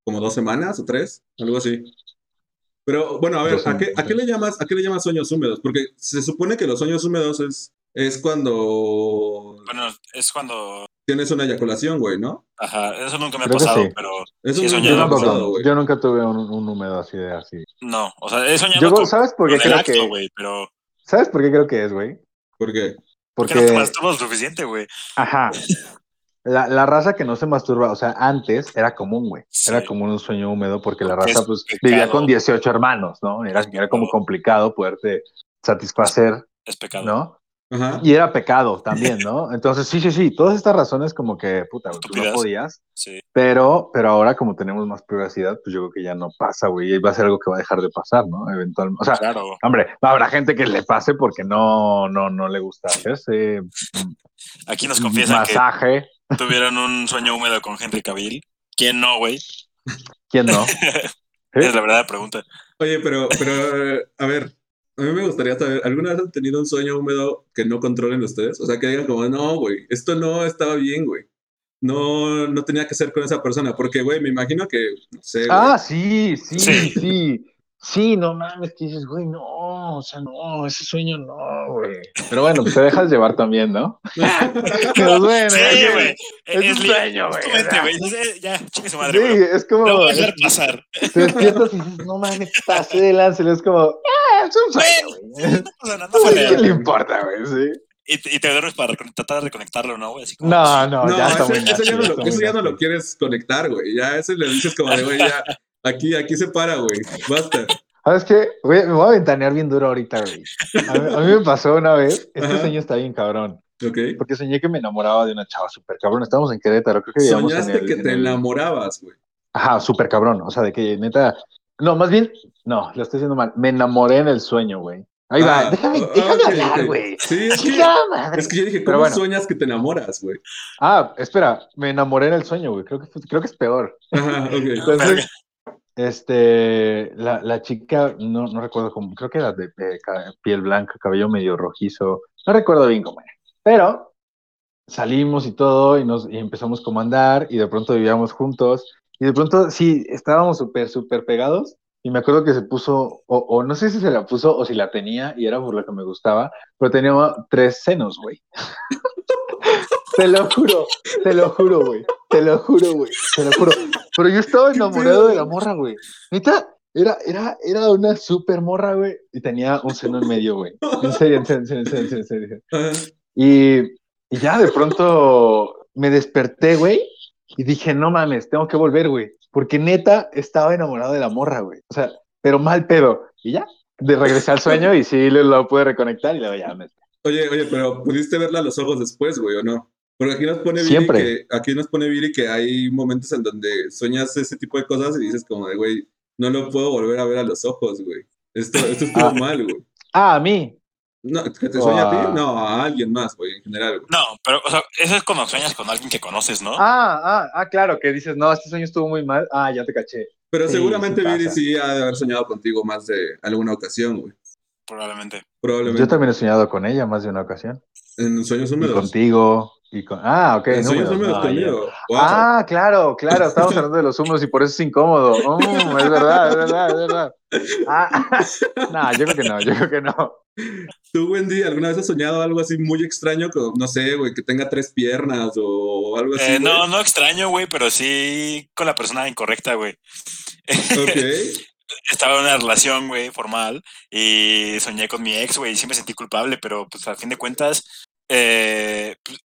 S6: como dos semanas o tres, algo así. Pero bueno, a ver,
S8: Dos
S6: ¿a qué,
S8: semanas,
S6: a qué
S8: ok.
S6: le llamas, a qué le llamas sueños húmedos? Porque se supone que los sueños húmedos es, es cuando
S7: Bueno, es cuando...
S6: tienes una eyaculación, güey, ¿no?
S7: Ajá, eso nunca me ha
S8: Creo que
S7: pasado,
S8: sí.
S7: pero
S6: Eso
S7: Sí,
S6: nunca
S7: soñado.
S6: me ha
S8: Yo
S6: pasado,
S8: tampoco.
S6: güey.
S8: Yo nunca tuve un, un húmedo así de así.
S7: no. O sea, he soñado
S8: Yo,
S7: con,
S8: ¿Sabes por qué
S7: con el
S8: creo
S7: acto,
S8: que,
S7: güey, pero
S8: ¿Sabes por qué creo que es, güey?
S6: ¿Por qué?
S7: que no
S8: Porque,
S7: te masturbas lo suficiente, güey.
S8: ajá, la, la raza que no se masturba, o sea, antes era común, güey.
S7: Sí.
S8: Era común un sueño húmedo porque la
S7: Porque
S8: raza,
S7: es
S8: pues,
S7: pecado.
S8: vivía con 18 hermanos, ¿no? Era, era como complicado poderte satisfacer,
S7: Es pecado.
S8: ¿no?
S6: Ajá.
S8: Y era pecado
S7: (laughs)
S8: también, ¿no? Entonces, sí, sí, sí, todas estas razones como que, puta, güey, tú no
S7: Estúpidas.
S8: podías.
S7: Sí.
S8: Pero, pero ahora como tenemos más privacidad, pues yo creo que ya no pasa, güey. Y va a ser algo que va a dejar de pasar, ¿no? Eventualmente. O sea,
S7: Claro.
S8: hombre, habrá gente que le pase porque no, no, no le gusta hacerse
S7: Aquí nos confiesan
S8: masaje.
S7: Pues que tuvieron un sueño húmedo con Henry Cavill. ¿Quién no, güey?
S8: ¿Quién no? ¿Eh?
S7: Es la verdadera pregunta.
S6: Oye, pero, pero, eh, a ver, a mí me gustaría saber, ¿alguna vez han tenido un sueño húmedo que no controlen ustedes? O sea, que digan como, no, güey, esto no estaba bien, güey. No, no tenía que ser con esa persona, porque, güey, me imagino que, no sé, güey.
S8: Ah, sí, sí,
S7: Sí.
S8: sí. Sí, no mames, que dices, güey, no, o sea, no, ese sueño no, güey. Pero bueno, pues te dejas llevar también, ¿no? Pues bueno,
S7: Sí,
S8: ya,
S7: güey.
S8: Es un
S7: libre.
S8: sueño, güey. Ah.
S7: Justamente, güey. Entonces, eh, Ya, chingue su madre,
S8: Sí,
S7: güey.
S8: es como,
S7: Lo voy a
S8: es-
S7: dejar pasar.
S8: (laughs) te despiertas y dices, no mames, pasé de lance, y es como, ah, es un sueño, (laughs) güey.
S7: No pasa nada, no pasa
S8: ¿Qué
S7: nada.
S8: le importa, güey? Sí.
S7: Y te y te duermes para recon- tratar de reconectarlo, ¿no, güey? Así como-
S8: No, no,
S6: no,
S8: ya está
S6: ese,
S8: muy
S6: ese
S8: nazi,
S6: ya no
S8: está
S6: lo,
S8: muy
S6: ese ya no
S8: nazi.
S6: lo quieres conectar, güey. Ya ese le dices como de, güey, ya, aquí, aquí se para, güey. Basta.
S8: ¿Sabes qué? Güey, me voy a ventanear bien duro ahorita, güey. A mí, a mí me pasó una vez, este
S6: Ajá.
S8: sueño está bien cabrón,
S6: ¿Ok?
S8: porque soñé que me enamoraba de una chava súper cabrón. Estábamos en Querétaro, creo que vivíamos en
S6: Soñaste
S8: el-
S6: que
S8: en
S6: te
S8: el-
S6: enamorabas, güey.
S8: Ajá, súper cabrón, o sea, de que neta... No, más bien, no, lo estoy diciendo mal. Me enamoré en el sueño, güey. Ahí va,
S6: Ah,
S8: déjame,
S6: ah,
S8: déjame
S6: ok,
S8: hablar,
S6: ok.
S8: güey.
S6: Sí, es que,
S8: Chingada madre.
S6: es que yo dije,
S8: Pero
S6: ¿cómo
S8: bueno.
S6: sueñas que te enamoras, güey?
S8: Ah, espera, me enamoré en el sueño, güey. Creo que, fue- creo que es peor.
S6: Ajá,
S8: (laughs)
S6: ok.
S8: Entonces, este, la, la chica, no, no recuerdo cómo, creo que era de, de ca- piel blanca, cabello medio rojizo, no recuerdo bien cómo era, pero salimos y todo y nos y empezamos como a andar y de pronto vivíamos juntos y de pronto sí, estábamos súper, súper pegados y me acuerdo que se puso, o, o no sé si se la puso o si la tenía y era por lo que me gustaba, pero tenía tres senos, güey. (laughs) Te lo juro, te lo juro, güey. Te lo juro, güey. Te lo juro. Pero yo estaba enamorado de la morra, güey. Neta, era, era, era una super morra, güey. Y tenía un seno en medio, güey. En serio, en serio, en serio, en serio, en serio, en serio.
S6: Ajá.
S8: Y, y ya de pronto me desperté, güey. Y dije, no mames, tengo que volver, güey. Porque neta, estaba enamorado de la morra, güey. O sea, pero mal pedo. Y ya, de regresé al sueño y sí lo, lo pude reconectar y luego ya me
S6: Oye, oye, pero pudiste verla a los ojos después, güey, ¿o no? Porque aquí nos pone Viri
S8: Siempre.
S6: que aquí nos pone Viri que hay momentos en donde sueñas ese tipo de cosas y dices como de, güey, no lo puedo volver a ver a los ojos, güey. Esto, esto estuvo
S8: Ah.
S6: mal, güey.
S8: Ah, a mí.
S6: No, ¿que te sueña a
S8: Ah.
S6: ti? No, a alguien más, güey, en general, güey.
S7: No, pero o sea, eso es cuando sueñas con alguien que conoces, ¿no?
S8: Ah, ah, ah, claro, que dices, no, este sueño estuvo muy mal. Ah, ya te caché.
S6: Pero
S8: sí,
S6: seguramente
S8: sí
S6: Viri
S8: pasa.
S6: sí ha de haber soñado contigo más de alguna ocasión, güey.
S7: Probablemente.
S6: Probablemente.
S8: Yo también he soñado con ella más de una ocasión.
S6: En sueños
S8: Y
S6: húmedos.
S8: contigo. Y con, ah, ok.
S6: En sueños
S8: números,
S6: números
S8: ah, ya.
S6: conmigo. Wow.
S8: Ah, claro, claro, estamos hablando de los húmeros y por eso es
S7: (laughs)
S8: incómodo. Mm, es verdad, es verdad, es verdad. Ah, (laughs) no, yo creo que no, yo creo que no.
S6: ¿Tú, Wendy, alguna vez has soñado algo así muy extraño? Como, no sé, güey, que tenga tres piernas o algo así.
S7: Eh, no,
S6: Pues güey?
S7: no extraño, güey, pero sí con la persona incorrecta, güey.
S6: (laughs) Ok.
S7: Estaba en una relación, güey, formal y soñé con mi ex, güey, y sí me sentí culpable, pero pues a fin de cuentas, eh, pues,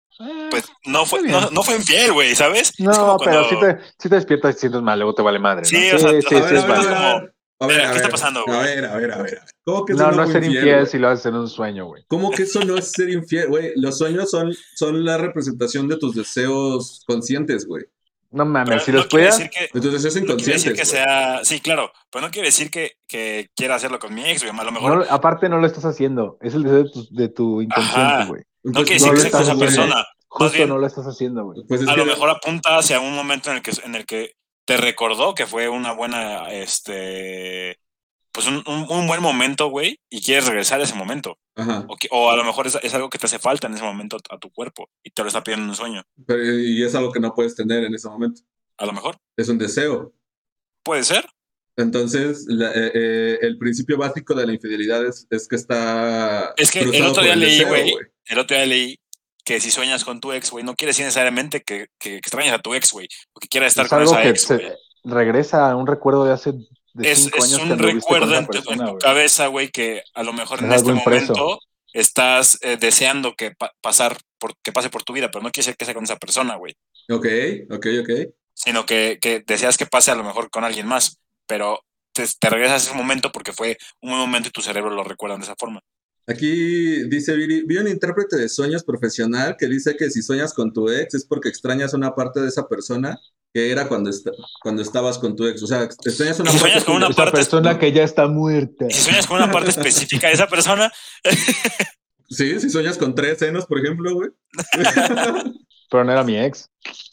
S7: pues, no fue,
S8: Ah, está bien.
S7: no, no fue infiel, güey, ¿sabes? Es
S8: No,
S7: como
S8: pero
S7: cuando-
S8: si te, si te despiertas y sientes mal, luego te vale madre. ¿no?
S7: Sí, o sea,
S8: sí,
S7: a
S8: sí,
S6: A
S7: ver,
S8: sí,
S6: ver,
S8: es
S6: a ver,
S8: válido.
S7: válido.
S6: a ver, a ver,
S7: Espera,
S6: a
S7: ¿qué está
S6: ver,
S7: pasando,
S6: A
S7: güey?
S6: ver, a ver, a ver. ¿Cómo que eso
S8: No, no es
S6: fue
S8: ser infiel,
S6: güey?
S8: si lo haces en un sueño, güey.
S6: ¿Cómo que eso no es ser infiel, güey? Los sueños son, son la representación de tus deseos conscientes, güey.
S8: No mames,
S7: Pero
S8: si
S7: no
S8: los
S7: quiere
S8: cuidas.
S7: decir que-
S6: De tus deseos
S7: no quiere
S6: inconscientes.
S7: decir que
S6: güey.
S7: sea. Sí, claro, pero no quiere decir que, que quiera hacerlo con mi ex, güey. A lo mejor
S8: no lo- aparte, no lo estás haciendo. Es el deseo de tu, de tu inconsciente,
S7: Ajá.
S8: güey.
S7: no quiere
S6: Entonces,
S7: decir que sea
S8: pues no lo
S7: con
S8: estás
S7: esa
S8: haciendo.
S7: persona.
S8: Justo
S7: bien-
S8: no lo estás haciendo, güey.
S6: Pues es
S7: a
S6: que-
S7: lo mejor apunta hacia un momento en el que en el que te recordó que fue una buena este pues un, un- un buen momento güey y quieres regresar a ese momento
S6: Ajá.
S7: o, que- o a lo mejor es, es algo que te hace falta en ese momento a, tu cuerpo y te lo está pidiendo en un sueño
S6: Pero, y es algo que no puedes tener en ese momento.
S7: a lo mejor
S6: Es un deseo.
S7: puede ser
S6: Entonces, la- eh, eh, el principio básico de la infidelidad es, es que está.
S7: Es que el
S6: cruzado
S7: otro
S6: por
S7: día leí,
S6: deseo,
S7: güey. el otro día leí que si sueñas con tu ex güey no quiere decir necesariamente que, que extrañas a tu ex güey o que quieras estar
S8: Es
S7: con
S8: algo
S7: esa
S8: que
S7: ex güey
S8: se regresa a un recuerdo de hace de
S7: es,
S8: cinco
S7: es
S8: años que
S7: un
S8: anduviste con
S7: recuerdo
S8: esa
S7: en tu, en
S8: persona,
S7: tu
S8: güey.
S7: cabeza, güey, que a lo mejor
S8: Es
S7: en este
S8: algo impreso.
S7: momento estás eh, deseando que pa- pasar por, que pase por tu vida, pero no quiere decir que sea con esa persona, güey,
S6: Ok, ok, ok.
S7: sino que, que deseas que pase a lo mejor con alguien más, pero te, te regresas a ese momento porque fue un buen momento y tu cerebro lo recuerda de esa forma.
S6: Aquí dice Viri, vi un intérprete de sueños profesional que dice que si sueñas con tu ex es porque extrañas una parte de esa persona que era cuando, esta- cuando estabas con tu ex. O sea, extrañas una
S7: Si
S6: parte
S7: sueñas con
S6: tuya.
S7: una
S8: Esa
S7: parte-
S8: persona que ya está muerta.
S7: Y si sueñas con una parte
S8: (laughs)
S7: específica de esa persona,
S6: Sí, si sueñas con tres senos, por ejemplo, güey.
S8: Pero no era mi ex.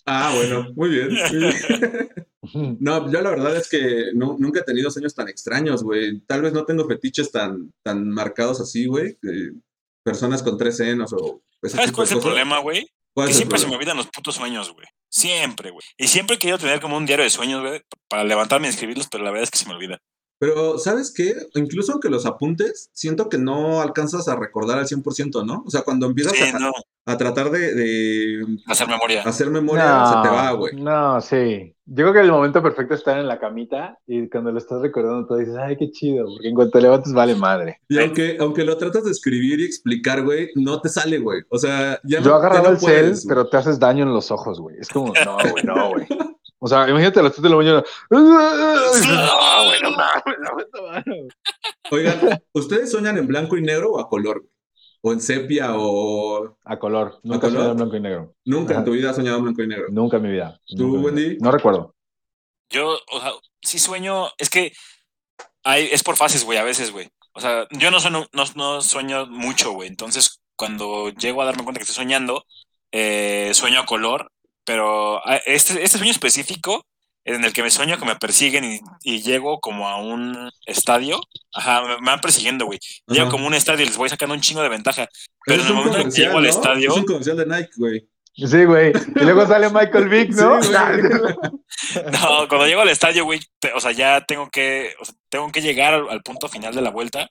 S6: ah, bueno, muy bien.
S7: (laughs)
S6: No, yo la verdad es que nu- nunca he tenido sueños tan extraños, güey. Tal vez no tengo fetiches tan, tan marcados así, güey. que Personas con tres senos o... ese
S7: ¿sabes
S6: tipo
S7: cuál
S6: de
S7: es el
S6: cosas.
S7: problema, güey?
S6: ¿Cuál
S7: Que
S6: es el
S7: siempre se me
S6: problema?
S7: olvidan los putos sueños, güey. Siempre, güey. Y siempre he querido tener como un diario de sueños, güey, para levantarme y escribirlos, pero la verdad es que se me olvida.
S6: Pero, ¿sabes qué? Incluso aunque los apuntes, siento que no alcanzas a recordar al 100%, ¿no? O sea, cuando empiezas
S7: Sí,
S6: a,
S7: no,
S6: a tratar de, de
S7: hacer memoria. (laughs)
S6: hacer memoria, se te va, güey.
S8: No, sí. Yo creo que el momento perfecto es estar en la camita y cuando lo estás recordando, tú dices, ay, qué chido, porque en cuanto te levantas, vale madre.
S6: Y aunque, aunque lo tratas de escribir y explicar, güey, no te sale, güey. O sea, ya no,
S8: Yo
S6: ya
S8: agarraba
S6: no
S8: el cel,
S6: puedes, güey.
S8: pero te haces daño en los ojos, güey. Es como, no, güey,
S6: (laughs)
S8: no, güey. O sea, imagínate lo estás de la mañana. No, güey, no mames, no, no mames.
S6: Oigan, ¿ustedes sueñan en blanco y negro o a color? güey? ¿O en sepia o...?
S8: A color. Nunca he
S6: color?
S8: soñado en blanco y negro.
S6: Nunca en
S8: Ajá.
S6: tu vida has soñado en blanco y negro.
S8: Nunca en mi vida.
S6: ¿Tú,
S8: Nunca en mi
S6: Wendy?
S8: vida. No recuerdo.
S7: Yo, o sea, sí sueño, es que hay, es por fases, güey, a veces, güey. O sea, yo no sueño, no, no sueño mucho, güey. Entonces, cuando llego a darme cuenta que estoy soñando, eh, sueño a color, pero ah, este, este sueño específico en el que me sueño que me persiguen y, y llego como a un estadio, ajá, me, me van persiguiendo, güey. Llego
S6: Ajá.
S7: como a un estadio y les voy sacando un chingo de ventaja. Pero
S6: Es
S7: en
S6: un
S7: el momento en que
S6: comercial,
S7: llego al
S6: ¿no?
S7: estadio,
S6: Es un comercial de Nike, güey.
S8: Sí, güey. Y luego sale Michael Vick, ¿no?
S6: Sí, güey.
S7: No, cuando llego al estadio, güey, te- o sea, ya tengo que, o sea, tengo que llegar al, al punto final de la vuelta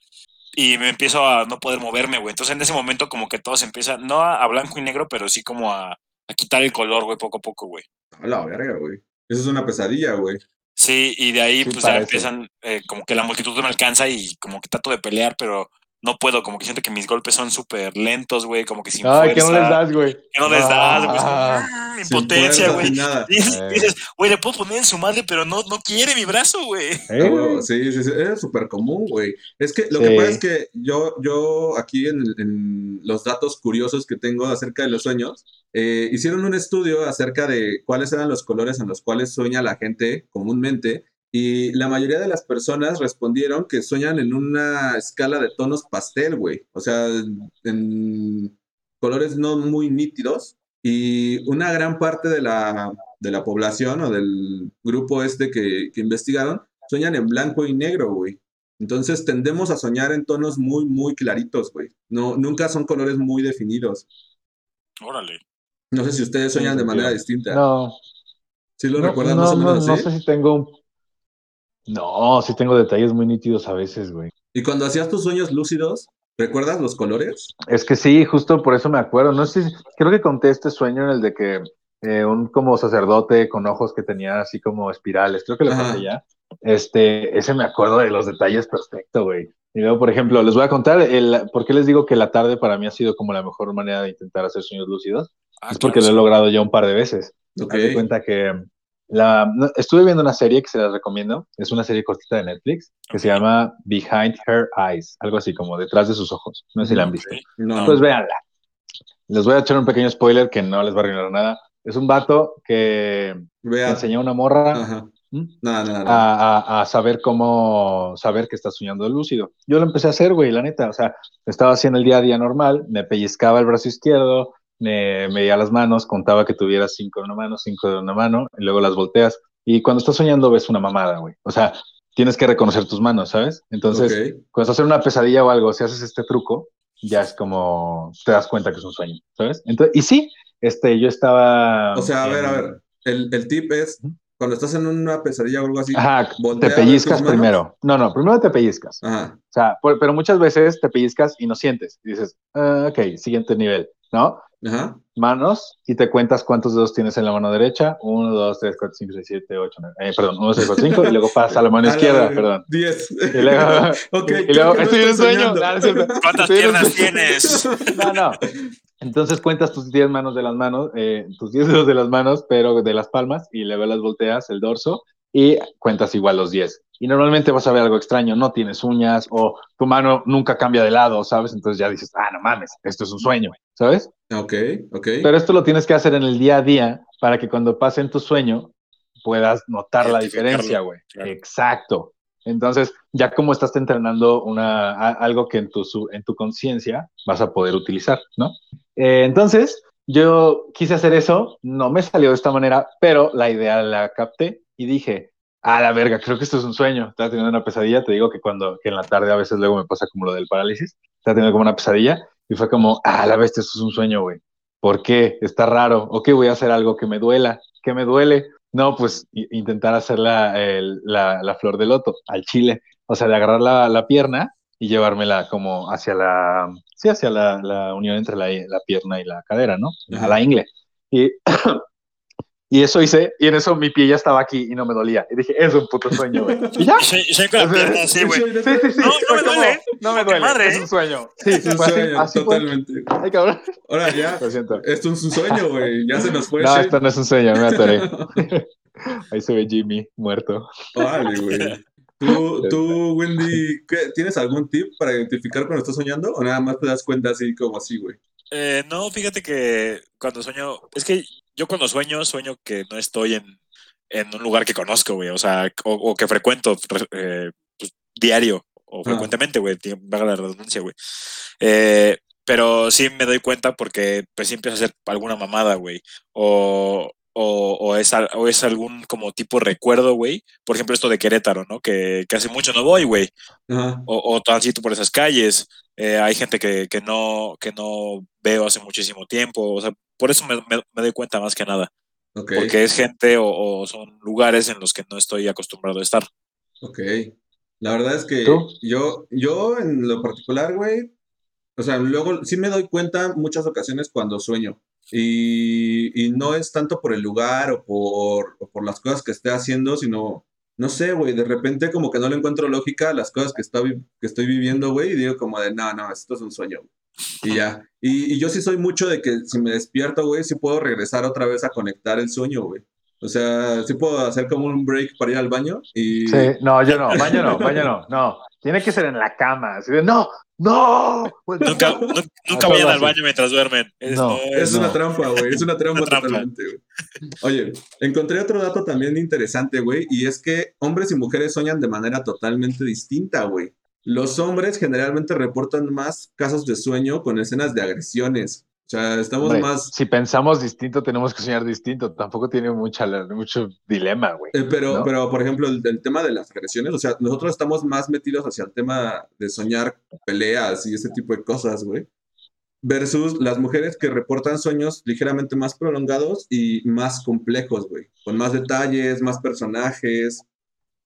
S7: y me empiezo a no poder moverme, güey. Entonces en ese momento como que todo se empieza, no a, a blanco y negro, pero sí como a, a quitar el color, güey, poco a poco, güey.
S6: A la verga, güey. Eso es una pesadilla, güey.
S7: Sí, y de ahí
S8: Sí,
S7: pues ya
S8: parece.
S7: empiezan, eh, como que la multitud me alcanza y como que trato de pelear, pero no puedo, como que siento que mis golpes son súper lentos, güey, como que sin
S8: Ay,
S7: fuerza.
S8: que no les das, güey.
S7: que no les das, güey.
S8: Ah.
S7: Mm,
S6: Sin
S7: Impotencia,
S6: fuerza,
S7: güey.
S6: sin nada.
S7: Dices,
S8: Eh.
S7: dices, güey, le puedo poner en su madre, pero no, no quiere mi brazo, güey.
S6: Ah,
S8: Eh,
S6: huevo, sí, sí, sí, es súper común, güey. Es que lo que
S8: Sí.
S6: pasa es que yo, yo aquí en, en los datos curiosos que tengo acerca de los sueños, eh, hicieron un estudio acerca de cuáles eran los colores en los cuales sueña la gente comúnmente y la mayoría de las personas respondieron que sueñan en una escala de tonos pastel, güey. O sea, en colores no muy nítidos y una gran parte de la, de la población o del grupo este que, que investigaron sueñan en blanco y negro, güey. Entonces tendemos a soñar en tonos muy, muy claritos, güey. No, nunca son colores muy definidos.
S7: Órale.
S6: No sé si ustedes
S8: Sí,
S6: sueñan de
S8: sí,
S6: manera
S8: sí.
S6: distinta.
S8: No,
S6: ¿Sí lo
S8: no,
S6: recuerdan
S8: no,
S6: más o
S8: no,
S6: menos
S8: no
S6: así?
S8: sé si tengo un... No, sí tengo detalles muy nítidos a veces, güey.
S6: Y cuando hacías tus sueños lúcidos, ¿recuerdas los colores?
S8: Es que sí, justo por eso me acuerdo. No sé, si- creo que conté este sueño en el de que eh, un como sacerdote con ojos que tenía así como espirales, creo que lo
S6: Ajá.
S8: conté ya. Este, ese me acuerdo de los detalles perfecto, güey. Y luego, por ejemplo, les voy a contar el, por qué les digo que la tarde para mí ha sido como la mejor manera de intentar hacer sueños lúcidos.
S7: Ah,
S8: es porque
S7: claro,
S8: lo he logrado ya un par de veces.
S6: Ok.
S8: Haz de cuenta que la, no, estuve viendo una serie que se las recomiendo. Es una serie cortita de Netflix que se llama Behind Her Eyes, algo así como detrás de sus ojos. No sé si la han visto.
S6: No.
S8: Pues véanla. Les voy a echar un pequeño spoiler que no les va a arruinar nada. Es un vato que
S6: Vea.
S8: enseña a una morra
S6: Ajá.
S8: ¿Mm?
S6: Nada, nada, nada.
S8: a, a- a saber cómo saber que está soñando lúcido. Yo lo empecé a hacer, güey, la neta. O sea, estaba haciendo el día a día normal, me pellizcaba el brazo izquierdo, me veía las manos, contaba que tuviera cinco de una mano, cinco de una mano, y luego las volteas. Y cuando estás soñando ves una mamada, güey. O sea, tienes que reconocer tus manos, ¿sabes? Entonces,
S6: Ok.
S8: cuando estás en una pesadilla o algo, si haces este truco, ya es como te das cuenta que es un sueño, ¿sabes? Entonces, y sí, este, yo estaba.
S6: O sea, a
S8: en-
S6: ver, a ver. El, el tip es, cuando estás en una pesadilla o algo así,
S8: ¿Mm? Ajá,
S6: voltea
S8: te
S6: a ver tus
S8: pellizcas
S6: manos.
S8: primero. No, no, primero te pellizcas.
S6: Ajá.
S8: O sea, por- pero muchas veces te pellizcas y no sientes. Y dices, "Ah, ok, siguiente nivel, ¿no?
S6: Ajá.
S8: Manos y te cuentas cuántos dedos tienes en la mano derecha. Uno, dos, tres, cuatro, cinco, seis, siete, ocho, nueve. Eh, perdón, uno, tres, cuatro, cinco. Y luego pasas a la mano
S6: (laughs) A la
S8: izquierda,
S6: verga.
S8: perdón.
S6: Diez.
S8: Y luego,
S6: (laughs) Ok,
S8: y
S6: creo
S8: luego
S6: que no
S8: estoy en
S6: estoy
S8: sueño. Ah,
S6: soñando.
S8: No, no es cierto.
S7: ¿Cuántas
S8: Estoy en
S7: piernas
S8: sueño. (laughs)
S7: tienes?
S8: No, no. Entonces cuentas tus 10 manos de las manos, eh, tus 10 dedos de las manos, pero de las palmas, y luego las volteas, el dorso, y cuentas igual los 10. Y normalmente vas a ver algo extraño, no tienes uñas, o tu mano nunca cambia de lado, ¿sabes? Entonces ya dices, ah, no mames, esto es un sueño, ¿sabes?
S6: (laughs) Ok, ok.
S8: Pero esto lo tienes que hacer en el día a día para que cuando pase en tu sueño puedas notar la
S7: Identificarlo,
S8: diferencia, güey.
S7: claro.
S8: Exacto. Entonces, ya como estás entrenando una, a- algo que en tu, su- en tu conciencia vas a poder utilizar, ¿no? Eh, entonces, yo quise hacer eso, no me salió de esta manera, pero la idea la capté y dije, a la verga, creo que esto es un sueño. Estaba teniendo una pesadilla, te digo que cuando, que en la tarde a veces luego me pasa como lo del parálisis, estaba teniendo como una pesadilla y fue como, a la bestia, esto es un sueño, güey. ¿Por qué? Está raro. Ok, voy a hacer algo que me duela. ¿Qué me duele? No, pues i- intentar hacer la, el- la, la flor de loto al chile. O sea, de agarrar la, la pierna y llevármela como hacia la, sí, hacia la, la unión entre la, la pierna y la cadera, ¿no? A la ingle. Y, (coughs) y eso hice, y en eso mi pie ya estaba aquí y no me dolía. Y dije, es un puto
S7: (laughs)
S8: sueño, güey. Y ya.
S7: Y Shane- Shane con la pierna así, güey.
S8: Sí, sí, sí.
S7: No, no
S8: Fue
S7: me
S8: como,
S7: duele. ¿eh?
S8: No me
S7: Puta
S8: (laughs) duele.
S7: madre,
S8: es
S7: ¿eh?
S8: un sueño. Sí, sí,
S6: Es un
S8: fue así-
S6: sueño,
S8: así fue.
S6: totalmente.
S8: Ay, cabrón.
S6: Ahora ya,
S8: Lo siento.
S6: esto es un sueño, güey. Ya se nos fue.
S8: No,
S6: Shane.
S8: esto no es un sueño, me atoré. Ahí se ve Jimmy muerto.
S6: (laughs) Vale, güey. ¿Tú, tú, Wendy, ¿qué- ¿tienes algún tip para identificar cuando estás soñando? ¿O nada más te das cuenta así como así, güey?
S7: Eh, no, fíjate que cuando sueño, es que yo cuando sueño, sueño que no estoy en, en un lugar que conozco, güey, o sea, o, o que frecuento fre- eh, pues, diario o frecuentemente, güey, tie- valga la redundancia, güey. Eh, pero sí me doy cuenta porque pues sí empiezo a hacer alguna mamada, güey, o, o, o es, al- o es algún como tipo recuerdo, güey. Por ejemplo, esto de Querétaro, ¿no? Que, que hace mucho no voy, güey
S6: Ajá.
S7: o, o tránsito por esas calles. eh, hay gente que, que no, que no veo hace muchísimo tiempo. O sea, por eso me, me- me doy cuenta más que nada.
S6: Ok,
S7: Porque es gente o, o son lugares en los que no estoy acostumbrado a estar.
S6: ok. La verdad es que
S8: ¿Tú?
S6: yo, yo en lo particular, güey, o sea, luego sí me doy cuenta muchas ocasiones cuando sueño. Y, y no es tanto por el lugar o por, o por las cosas que esté haciendo, sino, no sé, güey, de repente como que no le encuentro lógica a las cosas que, está vi- que estoy viviendo, güey, y digo como de, no, no, esto es un sueño. Y ya. Y, y yo sí soy mucho de que si me despierto, güey, sí puedo regresar otra vez a conectar el sueño, güey. O sea, sí puedo hacer como un break para ir al baño y...
S8: Sí, no, yo no, baño no, baño no, no. Tiene que ser en la cama. Así de, no, no. (laughs)
S7: Nunca, nu- nunca
S8: todo
S7: vayan al
S8: así.
S7: baño mientras duermen. Es-
S8: No,
S7: no es-
S6: Es una
S8: No.
S6: trampa, güey. Es
S7: (laughs)
S6: una trampa
S7: Una trampa.
S6: totalmente, güey. Oye, encontré otro dato también interesante, güey, y es que hombres y mujeres sueñan de manera totalmente distinta, güey. Los hombres generalmente reportan más casos de sueño con escenas de agresiones. O sea, estamos
S8: Hombre,
S6: más...
S8: Si pensamos distinto, tenemos que soñar distinto. Tampoco tiene mucha, mucho dilema, güey.
S6: Eh, pero,
S8: ¿no?
S6: pero, por ejemplo, el, el tema de las agresiones, o sea, nosotros estamos más metidos hacia el tema de soñar peleas y ese tipo de cosas, güey. versus las mujeres que reportan sueños ligeramente más prolongados y más complejos, güey. Con más detalles, más personajes,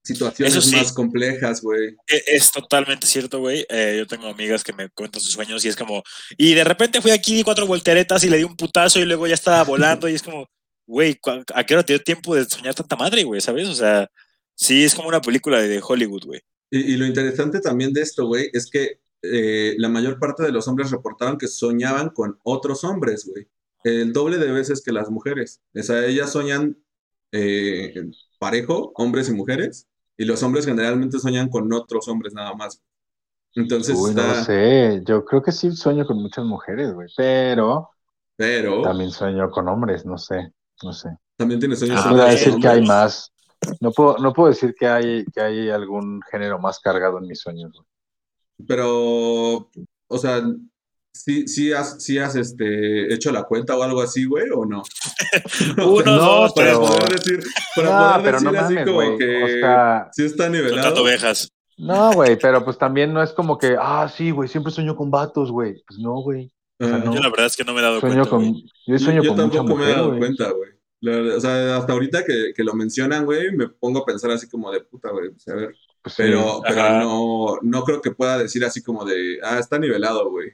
S6: situaciones
S7: Eso sí.
S6: más complejas, güey.
S7: E- Es totalmente cierto, güey. Eh, yo tengo amigas que me cuentan sus sueños y es como, y de repente fui aquí, di cuatro volteretas y le di un putazo y luego ya estaba volando y es como, güey, ¿cu- ¿a qué hora te dio tiempo de soñar tanta madre, güey? ¿Sabes? O sea, sí, es como una película de Hollywood, güey.
S6: Y, y lo interesante también de esto, güey, es que eh, la mayor parte de los hombres reportaron que soñaban con otros hombres, güey. El doble de veces que las mujeres. O sea, ellas soñan eh, parejo, hombres y mujeres, y los hombres generalmente soñan con otros hombres nada más. Entonces
S8: Uy, no
S6: está...
S8: sé. Yo creo que sí sueño con muchas mujeres, güey. Pero
S6: Pero también,
S8: también sueño con hombres, no sé. No sé.
S6: tiene sueños
S8: No
S7: Ah,
S8: puedo
S6: húmedos,
S8: decir que
S6: hombres.
S8: hay más. No puedo, no puedo decir que hay, que hay algún género más cargado en mis sueños. güey.
S6: Pero, o sea, ¿sí, sí has, sí has este, hecho la cuenta o algo así, güey, o no? (laughs)
S7: Uno, dos,
S6: para
S7: tres,
S8: pero-
S6: poder decir, para
S8: No,
S6: poder
S8: pero no
S6: decir así
S8: mames,
S6: como
S8: güey.
S6: que
S8: O sea,
S6: sí está
S7: contando
S6: nivelado.
S7: ovejas.
S8: no, güey, pero pues también no es como que, ah, sí, güey, siempre sueño con vatos, güey. Pues no, güey. O sea,
S6: Ah,
S8: no.
S7: Yo la verdad es que no me he dado
S8: Sueño
S7: cuenta.
S8: con,
S7: güey.
S8: yo sueño
S6: yo
S8: con mucha
S6: tampoco me he
S8: mujer,
S6: dado
S8: güey.
S6: cuenta, güey. La verdad, O sea, hasta ahorita que, que lo mencionan, güey, me pongo a pensar así como de puta, güey. pues, a ver,
S8: Pues sí,
S6: pero, pero
S7: Ajá.
S6: no, no creo que pueda decir así como de, ah, está nivelado, güey.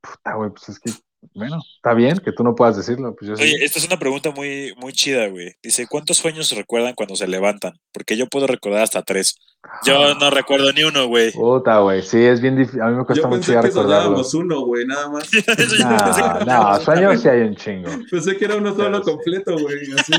S8: puta, güey, pues es que, bueno, está bien que tú no puedas decirlo, pues yo sí.
S6: eh,
S7: Oye, esta es una pregunta muy, muy chida, güey. Dice, ¿cuántos sueños recuerdan cuando se levantan? Porque yo puedo recordar hasta tres.
S8: Ah.
S7: Yo no recuerdo ni uno, güey.
S8: Puta, güey, sí, es bien difícil, a mí me cuesta
S6: Yo
S8: mucho
S6: pensé
S8: ya
S6: que
S8: recordarlo.
S6: soñábamos uno, güey, nada más.
S7: (laughs) Eso yo pensé que
S6: (laughs)
S7: no
S8: No, no,
S7: teníamos una,
S8: sueños
S7: güey.
S8: sí hay un chingo.
S6: Pensé que era uno
S8: Pero
S6: solo
S8: sí.
S6: completo, güey. Así.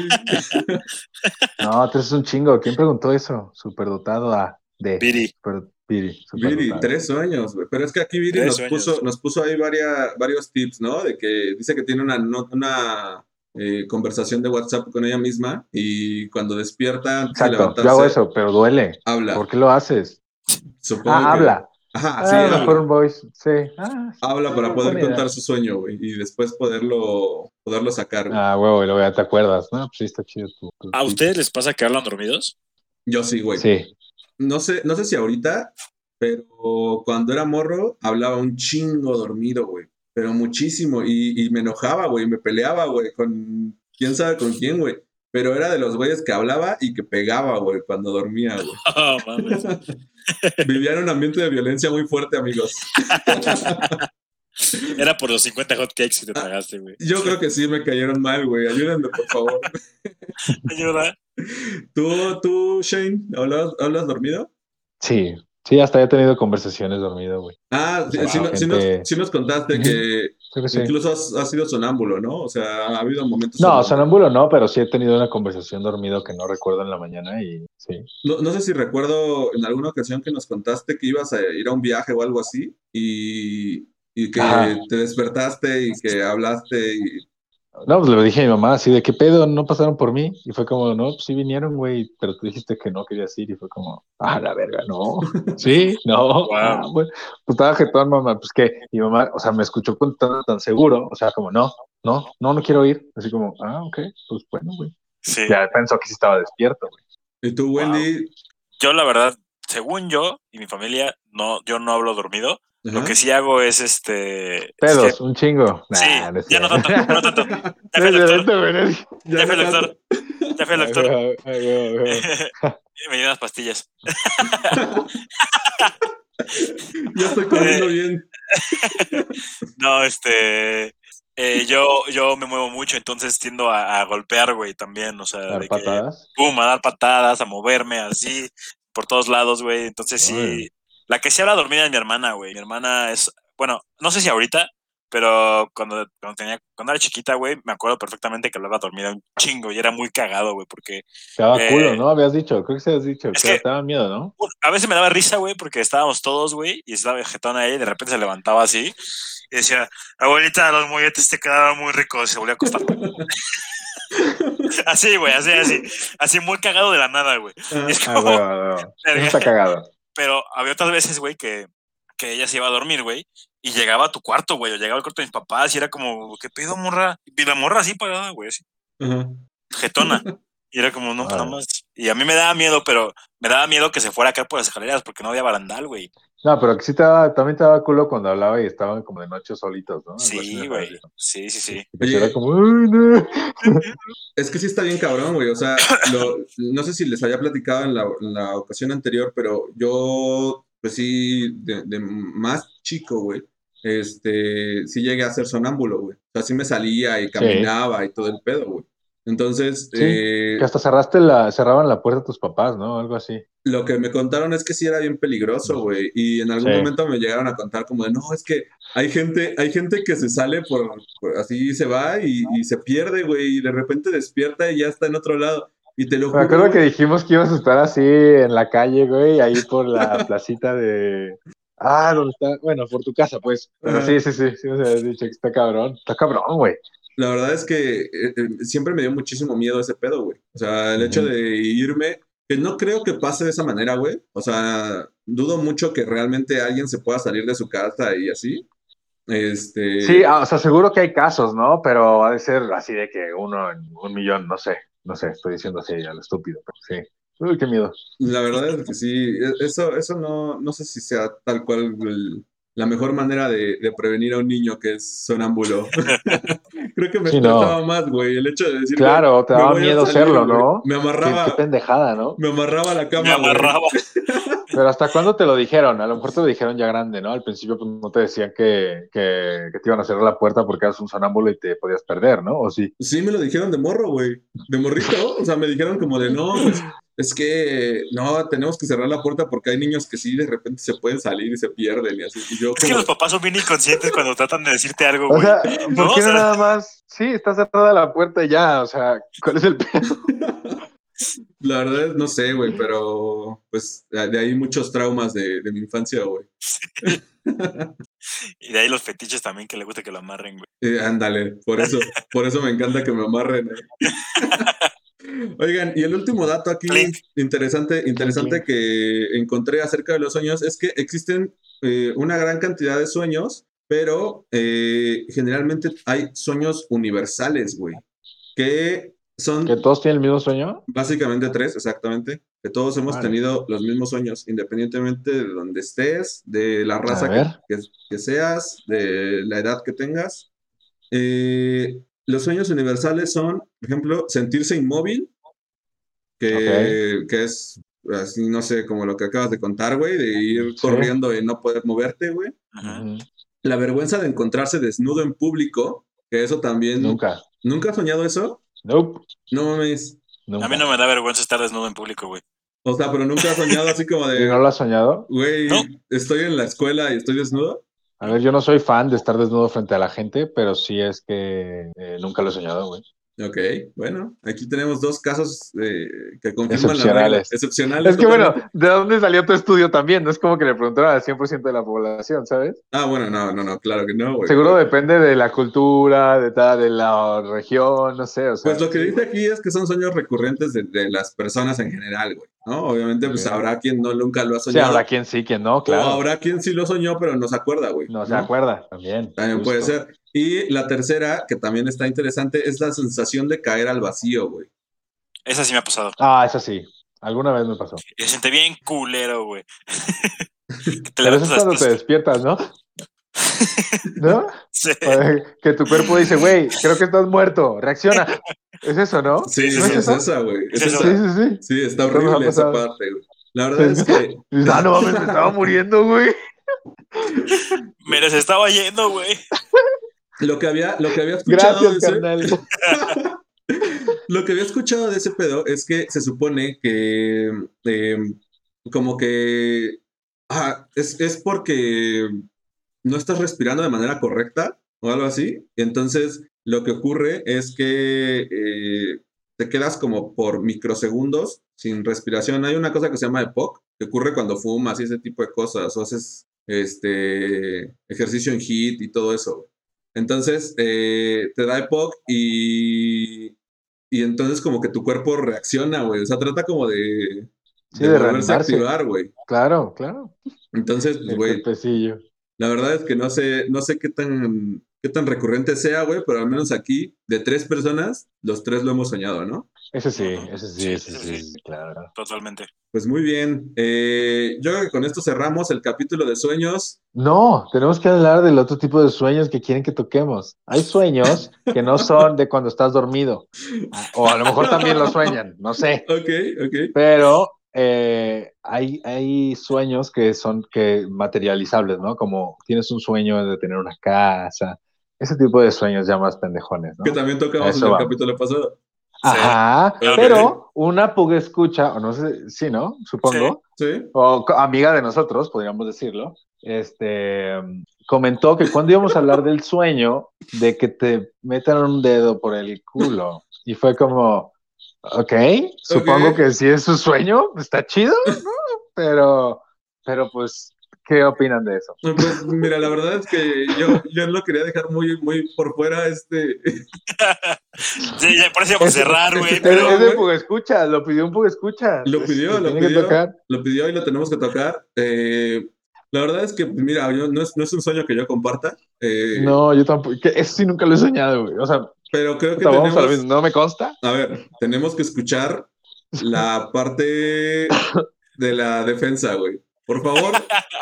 S8: No, tres es un chingo. ¿Quién preguntó eso? Superdotado a de
S7: Piri.
S8: super- Piri. superdotado.
S6: Viri, tres sueños, güey. Pero es que aquí Viri
S7: Tres
S6: nos
S7: sueños.
S6: puso, nos puso ahí varia- varios tips, ¿no? De que dice que tiene una, no- una eh, conversación de WhatsApp con ella misma y cuando despierta antes de
S8: Exacto,
S6: levantarse,
S8: yo hago eso, pero duele.
S6: habla.
S8: ¿Por qué lo haces?
S6: Supongo
S8: Ah,
S6: que-
S8: habla.
S6: Ajá,
S8: Ah,
S6: sí, habla.
S8: mejor un voice. Sí. Ah, sí,
S6: Habla para
S8: buena
S6: poder
S8: idea.
S6: contar su sueño, güey, y después poderlo, poderlo sacar. güey.
S8: Ah, huevo, y luego ya te acuerdas. No, pues sí, está chido tu- tu-
S7: ¿A ustedes les pasa que hablan dormidos? (laughs)
S6: Yo sí, güey.
S8: Sí.
S6: No sé, no sé si ahorita, pero cuando era morro hablaba un chingo dormido, güey. Pero muchísimo. Y, y me enojaba, güey. Me peleaba, güey. Con quién sabe con quién, güey. Pero era de los güeyes que hablaba y que pegaba, güey, cuando dormía, güey.
S7: (laughs) Oh, mames.
S6: Vivía en un ambiente de violencia muy fuerte, amigos.
S7: Era por los 50 hotcakes que te tragaste, güey.
S6: Yo creo que sí me cayeron mal, güey. Ayúdenme, por favor.
S7: Ayuda.
S6: ¿Tú, tú Shane, hablas, hablas dormido?
S8: Sí. Sí, hasta he tenido conversaciones dormido, güey.
S6: Ah, sí,
S8: Wow,
S6: sí nos- sí nos-
S8: gente.
S6: sí nos contaste
S8: Ujú.
S6: que
S8: Creo que sí.
S6: incluso has, has sido sonámbulo, ¿no? O sea, ha habido momentos.
S8: No,
S6: sonámbulos.
S8: sonámbulo no, pero sí he tenido una conversación dormido que no recuerdo en la mañana y sí.
S6: No, no sé si recuerdo en alguna ocasión que nos contaste que ibas a ir a un viaje o algo así y, y que
S8: Ajá.
S6: te despertaste y que hablaste y
S8: No, pues le dije a mi mamá así de qué pedo, no pasaron por mí. Y fue como, no, pues sí vinieron, güey, pero tú dijiste que no querías ir. Y fue como, ah, la verga,
S7: (laughs)
S8: no. Sí, no. Ah, bueno. Pues estaba jetón, mamá, pues que mi mamá, o sea, me escuchó con tan, tan seguro, o sea, como, no, no, no, no quiero ir. Así como, ah, ok, pues bueno, güey.
S7: Sí.
S8: Ya pensó que sí estaba despierto, güey.
S6: y tú, Wendy,
S7: Yo, la verdad, según yo y mi familia, no, yo no hablo dormido. Lo
S6: ajá,
S7: que sí hago es este.
S8: Pedos,
S7: es que-
S8: un chingo.
S7: sí,
S8: Nah, es
S7: ya no
S8: cierto.
S7: tanto, no
S8: (laughs)
S7: tanto. Ya
S8: No
S7: fui
S8: es
S7: al doctor,
S8: cierto, güey, no es-
S6: (laughs)
S7: ya fui al doctor. Ya fui al doctor. (laughs)
S8: Ay, güey, ay, güey, ay, güey.
S7: Me dio unas pastillas.
S6: ya estoy
S7: Eh,
S6: corriendo bien.
S7: No, este. eh, yo, yo me muevo mucho, entonces tiendo a, a golpear, güey, también. O sea,
S8: Dar
S7: de que,
S8: patadas.
S7: pum, a dar patadas, a moverme así, por todos lados, güey. Entonces sí,
S8: Órale.
S7: la que se habla dormida es mi hermana, güey. Mi hermana es, bueno, no sé si ahorita, pero cuando, cuando tenía, cuando era chiquita, güey, me acuerdo perfectamente que hablaba dormida un chingo y era muy cagado, güey, porque
S8: Te daba
S7: Eh,
S8: culo, ¿no? Habías dicho, creo que se habías dicho,
S7: es
S8: que
S7: que-
S8: te daba miedo, ¿no?
S7: Uf, A veces me daba risa, güey, porque estábamos todos, güey, y estaba jetona ella y de repente se levantaba así y decía, abuelita, los molletes te quedaron muy ricos, y se volvió a acostar. (laughs) así, güey, así, así, así muy cagado de la nada, güey. Y es
S8: Ah,
S7: (laughs) como,
S8: huevo, huevo. Eso
S7: verga.
S8: está cagado.
S7: Pero había otras veces, güey, que, que ella se iba a dormir, güey, y llegaba a tu cuarto, güey, o llegaba al cuarto de mis papás y era como, ¿qué pedo, morra? Y la morra así parada, güey, así,
S6: Ajá.
S7: jetona. Y era como, no, pues
S8: Ah.
S7: nada más. Y a mí me daba miedo, pero me daba miedo que se fuera a caer por las escaleras porque no había barandal, güey.
S8: No, pero que sí te daba, también te daba culo cuando hablaba y estaban como de noche solitos, ¿no? Algo así
S7: Sí,
S8: me
S7: güey.
S8: pareció.
S7: Sí, sí, sí.
S8: Y que
S6: Oye.
S8: era como, "Ay, no".
S6: Es que sí está bien cabrón, güey. O sea, lo- no sé si les había platicado en la, en la ocasión anterior, pero yo, pues sí, de, de más chico, güey, este, sí llegué a ser sonámbulo, güey. O sea, sí me salía y caminaba y todo el pedo, güey. Entonces,
S8: Sí.
S6: eh,
S8: Que hasta cerraste la, cerraban la puerta a tus papás, ¿no? Algo así.
S6: lo que me contaron es que sí era bien peligroso, güey. Y en algún
S8: Sí.
S6: momento me llegaron a contar como de, no, es que hay gente, hay gente que se sale por, por- así se va y, y se pierde, güey, y de repente despierta y ya está en otro lado. Y te lo
S8: Me
S6: juro,
S8: acuerdo que
S6: güey,
S8: dijimos que ibas a estar así en la calle, güey, ahí por
S7: (laughs)
S8: la placita de. Ah, donde está. Bueno, por tu casa, pues. Pero
S6: Ajá.
S8: sí, sí, sí, sí, nos habías dicho que está cabrón. Está cabrón, güey.
S6: La verdad es que eh, eh, siempre me dio muchísimo miedo ese pedo, güey. O sea, el
S8: Ujú.
S6: hecho de irme, que no creo que pase de esa manera, güey. O sea, dudo mucho que realmente alguien se pueda salir de su casa y así. Este,
S8: Sí, ah, o sea, seguro que hay casos, ¿no? Pero ha de ser así de que uno en un millón, no sé, no sé, estoy diciendo así a lo estúpido, pero sí. Uy, qué miedo.
S6: la verdad es que sí. E- Eso, eso no, no sé si sea tal cual el- la mejor manera de, de prevenir a un niño que es sonámbulo. (laughs) creo que me
S8: Sí, no.
S6: estresaba más, güey, el hecho de decir,
S8: Claro, te
S6: "Me
S8: daba
S6: voy a
S8: miedo
S6: salir,
S8: serlo,
S6: güey".
S8: ¿no?
S6: Me
S8: Qué, qué
S6: amarraba,
S8: pendejada, ¿no?
S6: me amarraba a la cama,
S7: Me
S6: güey.
S8: (laughs)
S7: amarraba.
S8: Pero ¿hasta cuándo te lo dijeron? A lo mejor te lo dijeron ya grande, ¿no? Al principio pues, no te decían que, que- que te iban a cerrar la puerta porque eras un sonámbulo y te podías perder, ¿no? O sí.
S6: Sí, me lo dijeron de morro, güey. De morrito. O sea, me dijeron como de no, pues, es que no, tenemos que cerrar la puerta porque hay niños que sí de repente se pueden salir y se pierden y así. Y yo
S7: Es que
S6: como-
S7: los papás son bien inconscientes cuando tratan de decirte algo,
S8: O
S7: güey.
S8: sea,
S6: (laughs)
S7: No,
S8: ¿por
S7: o
S8: qué no
S7: sea-
S8: nada más? Sí, está cerrada la puerta y ya, o sea, ¿cuál es el pedo?
S6: la verdad es, no sé, güey, pero pues de ahí muchos traumas de, de mi infancia, güey.
S7: Y de ahí los fetiches también que le gusta que lo amarren, güey.
S6: Eh, ándale, por eso, por eso me encanta que me amarren. eh. Oigan, y el último dato aquí
S7: Clink.
S6: interesante, interesante que encontré acerca de los sueños es que existen eh, una gran cantidad de sueños, pero eh, generalmente hay sueños universales, güey, que son
S8: ¿Que todos tienen el mismo sueño?
S6: Básicamente tres, exactamente. Que todos hemos
S8: Vale.
S6: tenido los mismos sueños, independientemente de donde estés, de la raza
S8: ver.
S6: que, que- que seas, de la edad que tengas. Eh, los sueños universales son, por ejemplo, sentirse inmóvil, que, que es así, no sé, como lo que acabas de contar, güey, de ir
S8: Sí.
S6: corriendo y no poder moverte, güey.
S7: Ajá.
S6: La vergüenza de encontrarse desnudo en público, que eso también...
S8: Nunca.
S6: ¿Nunca has soñado eso?
S8: Nope.
S6: No mames.
S8: Nunca.
S7: A mí no me da vergüenza estar desnudo en público, güey.
S6: O sea, pero nunca has soñado así como de...
S8: ¿Y (laughs) no lo has soñado?
S6: Güey,
S7: ¿No?
S6: estoy en la escuela y estoy desnudo.
S8: A ver, yo no soy fan de estar desnudo frente a la gente, pero sí es que eh, nunca lo he soñado, güey.
S6: Ok, bueno, aquí tenemos dos casos eh, que confirman la
S8: Excepcionales.
S6: regla. Excepcionales.
S8: Es que bueno,
S6: totalmente.
S8: ¿de dónde salió tu estudio también? No es como que le preguntaron al 100% de la población, ¿sabes?
S6: Ah, bueno, no, no, no, claro Pues que no, güey.
S8: Seguro depende de la cultura, de tal, de la región, no sé, o sea.
S6: Pues lo que dice aquí es que son sueños recurrentes de, de las personas en general, güey. ¿No? Obviamente, pues
S8: Ok.
S6: habrá quien no nunca lo ha
S8: Sí,
S6: soñado.
S8: habrá quien sí, quien no, claro.
S6: O habrá quien sí lo soñó, pero no se acuerda, güey.
S8: No se acuerda también.
S6: También
S8: justo.
S6: puede ser. Y la tercera, que también está interesante, es la sensación de caer al vacío, güey.
S7: Esa sí me ha pasado.
S8: Ah, es así. Alguna vez me pasó.
S7: Y se siente bien culero, güey. (laughs) Que te
S8: Pero
S7: levantas
S8: eso es cuando te
S7: hasta-
S8: despiertas, ¿no? ¿No?
S7: Sí.
S8: Que tu cuerpo dice, güey, creo que estás muerto, reacciona. Es eso, ¿no?
S6: Sí, sí,
S8: ¿No
S6: sí, es
S8: eso?
S6: esa, güey. Es
S7: Sí,
S6: esa.
S8: Sí, sí, sí.
S6: Sí, está
S8: Eso nos ha
S6: horrible esa
S8: pasado.
S6: parte, güey. La verdad es que
S8: Y dices, Ah, no mames, me estaba muriendo, güey.
S7: Me les estaba yendo, güey.
S6: Lo que había, lo que había (laughs) escuchado
S8: Gracias,
S6: de ese-
S8: carnal.
S6: lo que había escuchado de ese pedo es que se supone que eh, como que ah, es, es porque no estás respirando de manera correcta o algo así. Entonces, lo que ocurre es que eh, te quedas como por microsegundos sin respiración. Hay una cosa que se llama EPOC, que ocurre cuando fumas y ese tipo de cosas, o haces este ejercicio en HIIT y todo eso. Entonces, eh, te da EPOC y, y entonces como que tu cuerpo reacciona, güey. O sea, trata como de,
S8: Sí, de
S6: volverse a
S8: reanimarse.
S6: activar, güey.
S8: (laughs) Claro, claro.
S6: Entonces, pues,
S8: El
S6: güey,
S8: cuerpecillo.
S6: la verdad es que no sé, no sé qué tan qué tan recurrente sea, güey, pero al menos aquí, de tres personas, los tres lo hemos soñado, ¿no?
S8: Ese sí,
S7: Ajá.
S8: ese
S7: Sí,
S8: sí, ese
S7: ese
S8: sí,
S7: sí.
S8: claro.
S7: Totalmente.
S6: Pues muy bien. Eh, yo creo que con esto cerramos el capítulo de sueños.
S8: No, tenemos que hablar del otro tipo de sueños que quieren que toquemos. Hay sueños que no son de cuando estás dormido. Ah, O a lo mejor también lo sueñan, no sé.
S6: Ok, ok.
S8: Pero eh, hay, hay sueños que son que materializables, ¿no? Como tienes un sueño de tener una casa, ese tipo de sueños ya más pendejones, ¿no?
S6: Que también tocamos en
S8: Eso
S6: el
S8: va.
S6: capítulo pasado.
S8: Ajá,
S7: Sí.
S8: pero una pug escucha, o no sé, sí, ¿no? Supongo,
S6: Sí.
S8: o co- amiga de nosotros, podríamos decirlo, este, comentó que cuando íbamos a hablar del sueño, de que te metan un dedo por el culo, y fue como, ok, supongo
S6: Ok.
S8: que si es su sueño, está chido, ¿no? pero, pero pues, ¿qué opinan de eso?
S6: Pues mira, la verdad es que yo, yo lo quería dejar muy, muy por fuera este. (laughs)
S7: Sí, ya parece por
S8: Es-
S7: cerrar, güey,
S8: es,
S7: pero
S8: es de pug escucha, lo pidió un pug escucha.
S6: Lo pidió, lo
S8: tiene que
S6: pidió.
S8: tocar.
S6: Lo pidió y lo tenemos que tocar. Eh, la verdad es que, mira, yo- no, es, no es un sueño que yo comparta, eh,
S8: No, yo tampoco. que eso sí nunca lo he soñado, güey. O sea,
S6: pero creo que
S8: puta, vamos a lo
S6: tenemos,
S8: mismo, no me consta.
S6: a ver, tenemos que escuchar la parte de la defensa, güey. Por favor,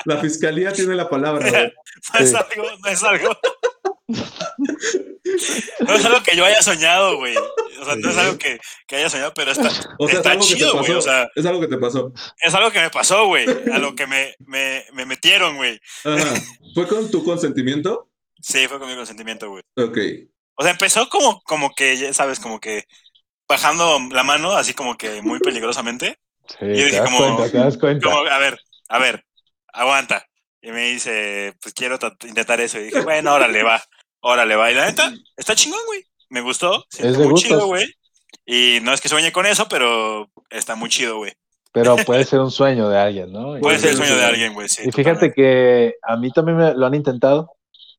S6: la fiscalía tiene la palabra. güey.
S7: (laughs) no es algo, no es algo. (laughs) No es algo que yo haya soñado, güey. O sea, no es algo que, que haya soñado, pero está,
S6: O sea,
S7: Está
S6: es algo que
S7: chido,
S6: te
S7: güey,
S6: pasó.
S7: o sea.
S6: Es algo que te pasó.
S7: es algo que me pasó, güey. A lo que me, me, me metieron, güey.
S6: Ajá. ¿Fue con tu consentimiento?
S7: Sí, fue con mi consentimiento, güey.
S6: Ok.
S7: O sea, empezó como, como que, ya sabes, como que bajando la mano, así como que muy peligrosamente.
S8: Sí,
S7: Yo
S8: te
S7: dije
S8: das
S7: como-
S8: cuenta, te das cuenta.
S7: Como, a ver, a ver, aguanta. Y me dice, pues quiero tat- intentar eso. Y dije, bueno, órale, va. Órale, va. Y la neta, está chingón, güey. Me gustó. se
S8: Es
S7: siente
S8: de
S7: muy
S8: gustos.
S7: chido, güey. Y no es que sueñe con eso, pero está muy chido, güey.
S8: Pero puede ser un sueño de alguien, ¿no?
S7: (laughs)
S8: Y-
S7: Puede ser el sueño de
S6: sí.
S7: alguien, güey. Sí,
S8: Y fíjate que a mí también me lo han intentado,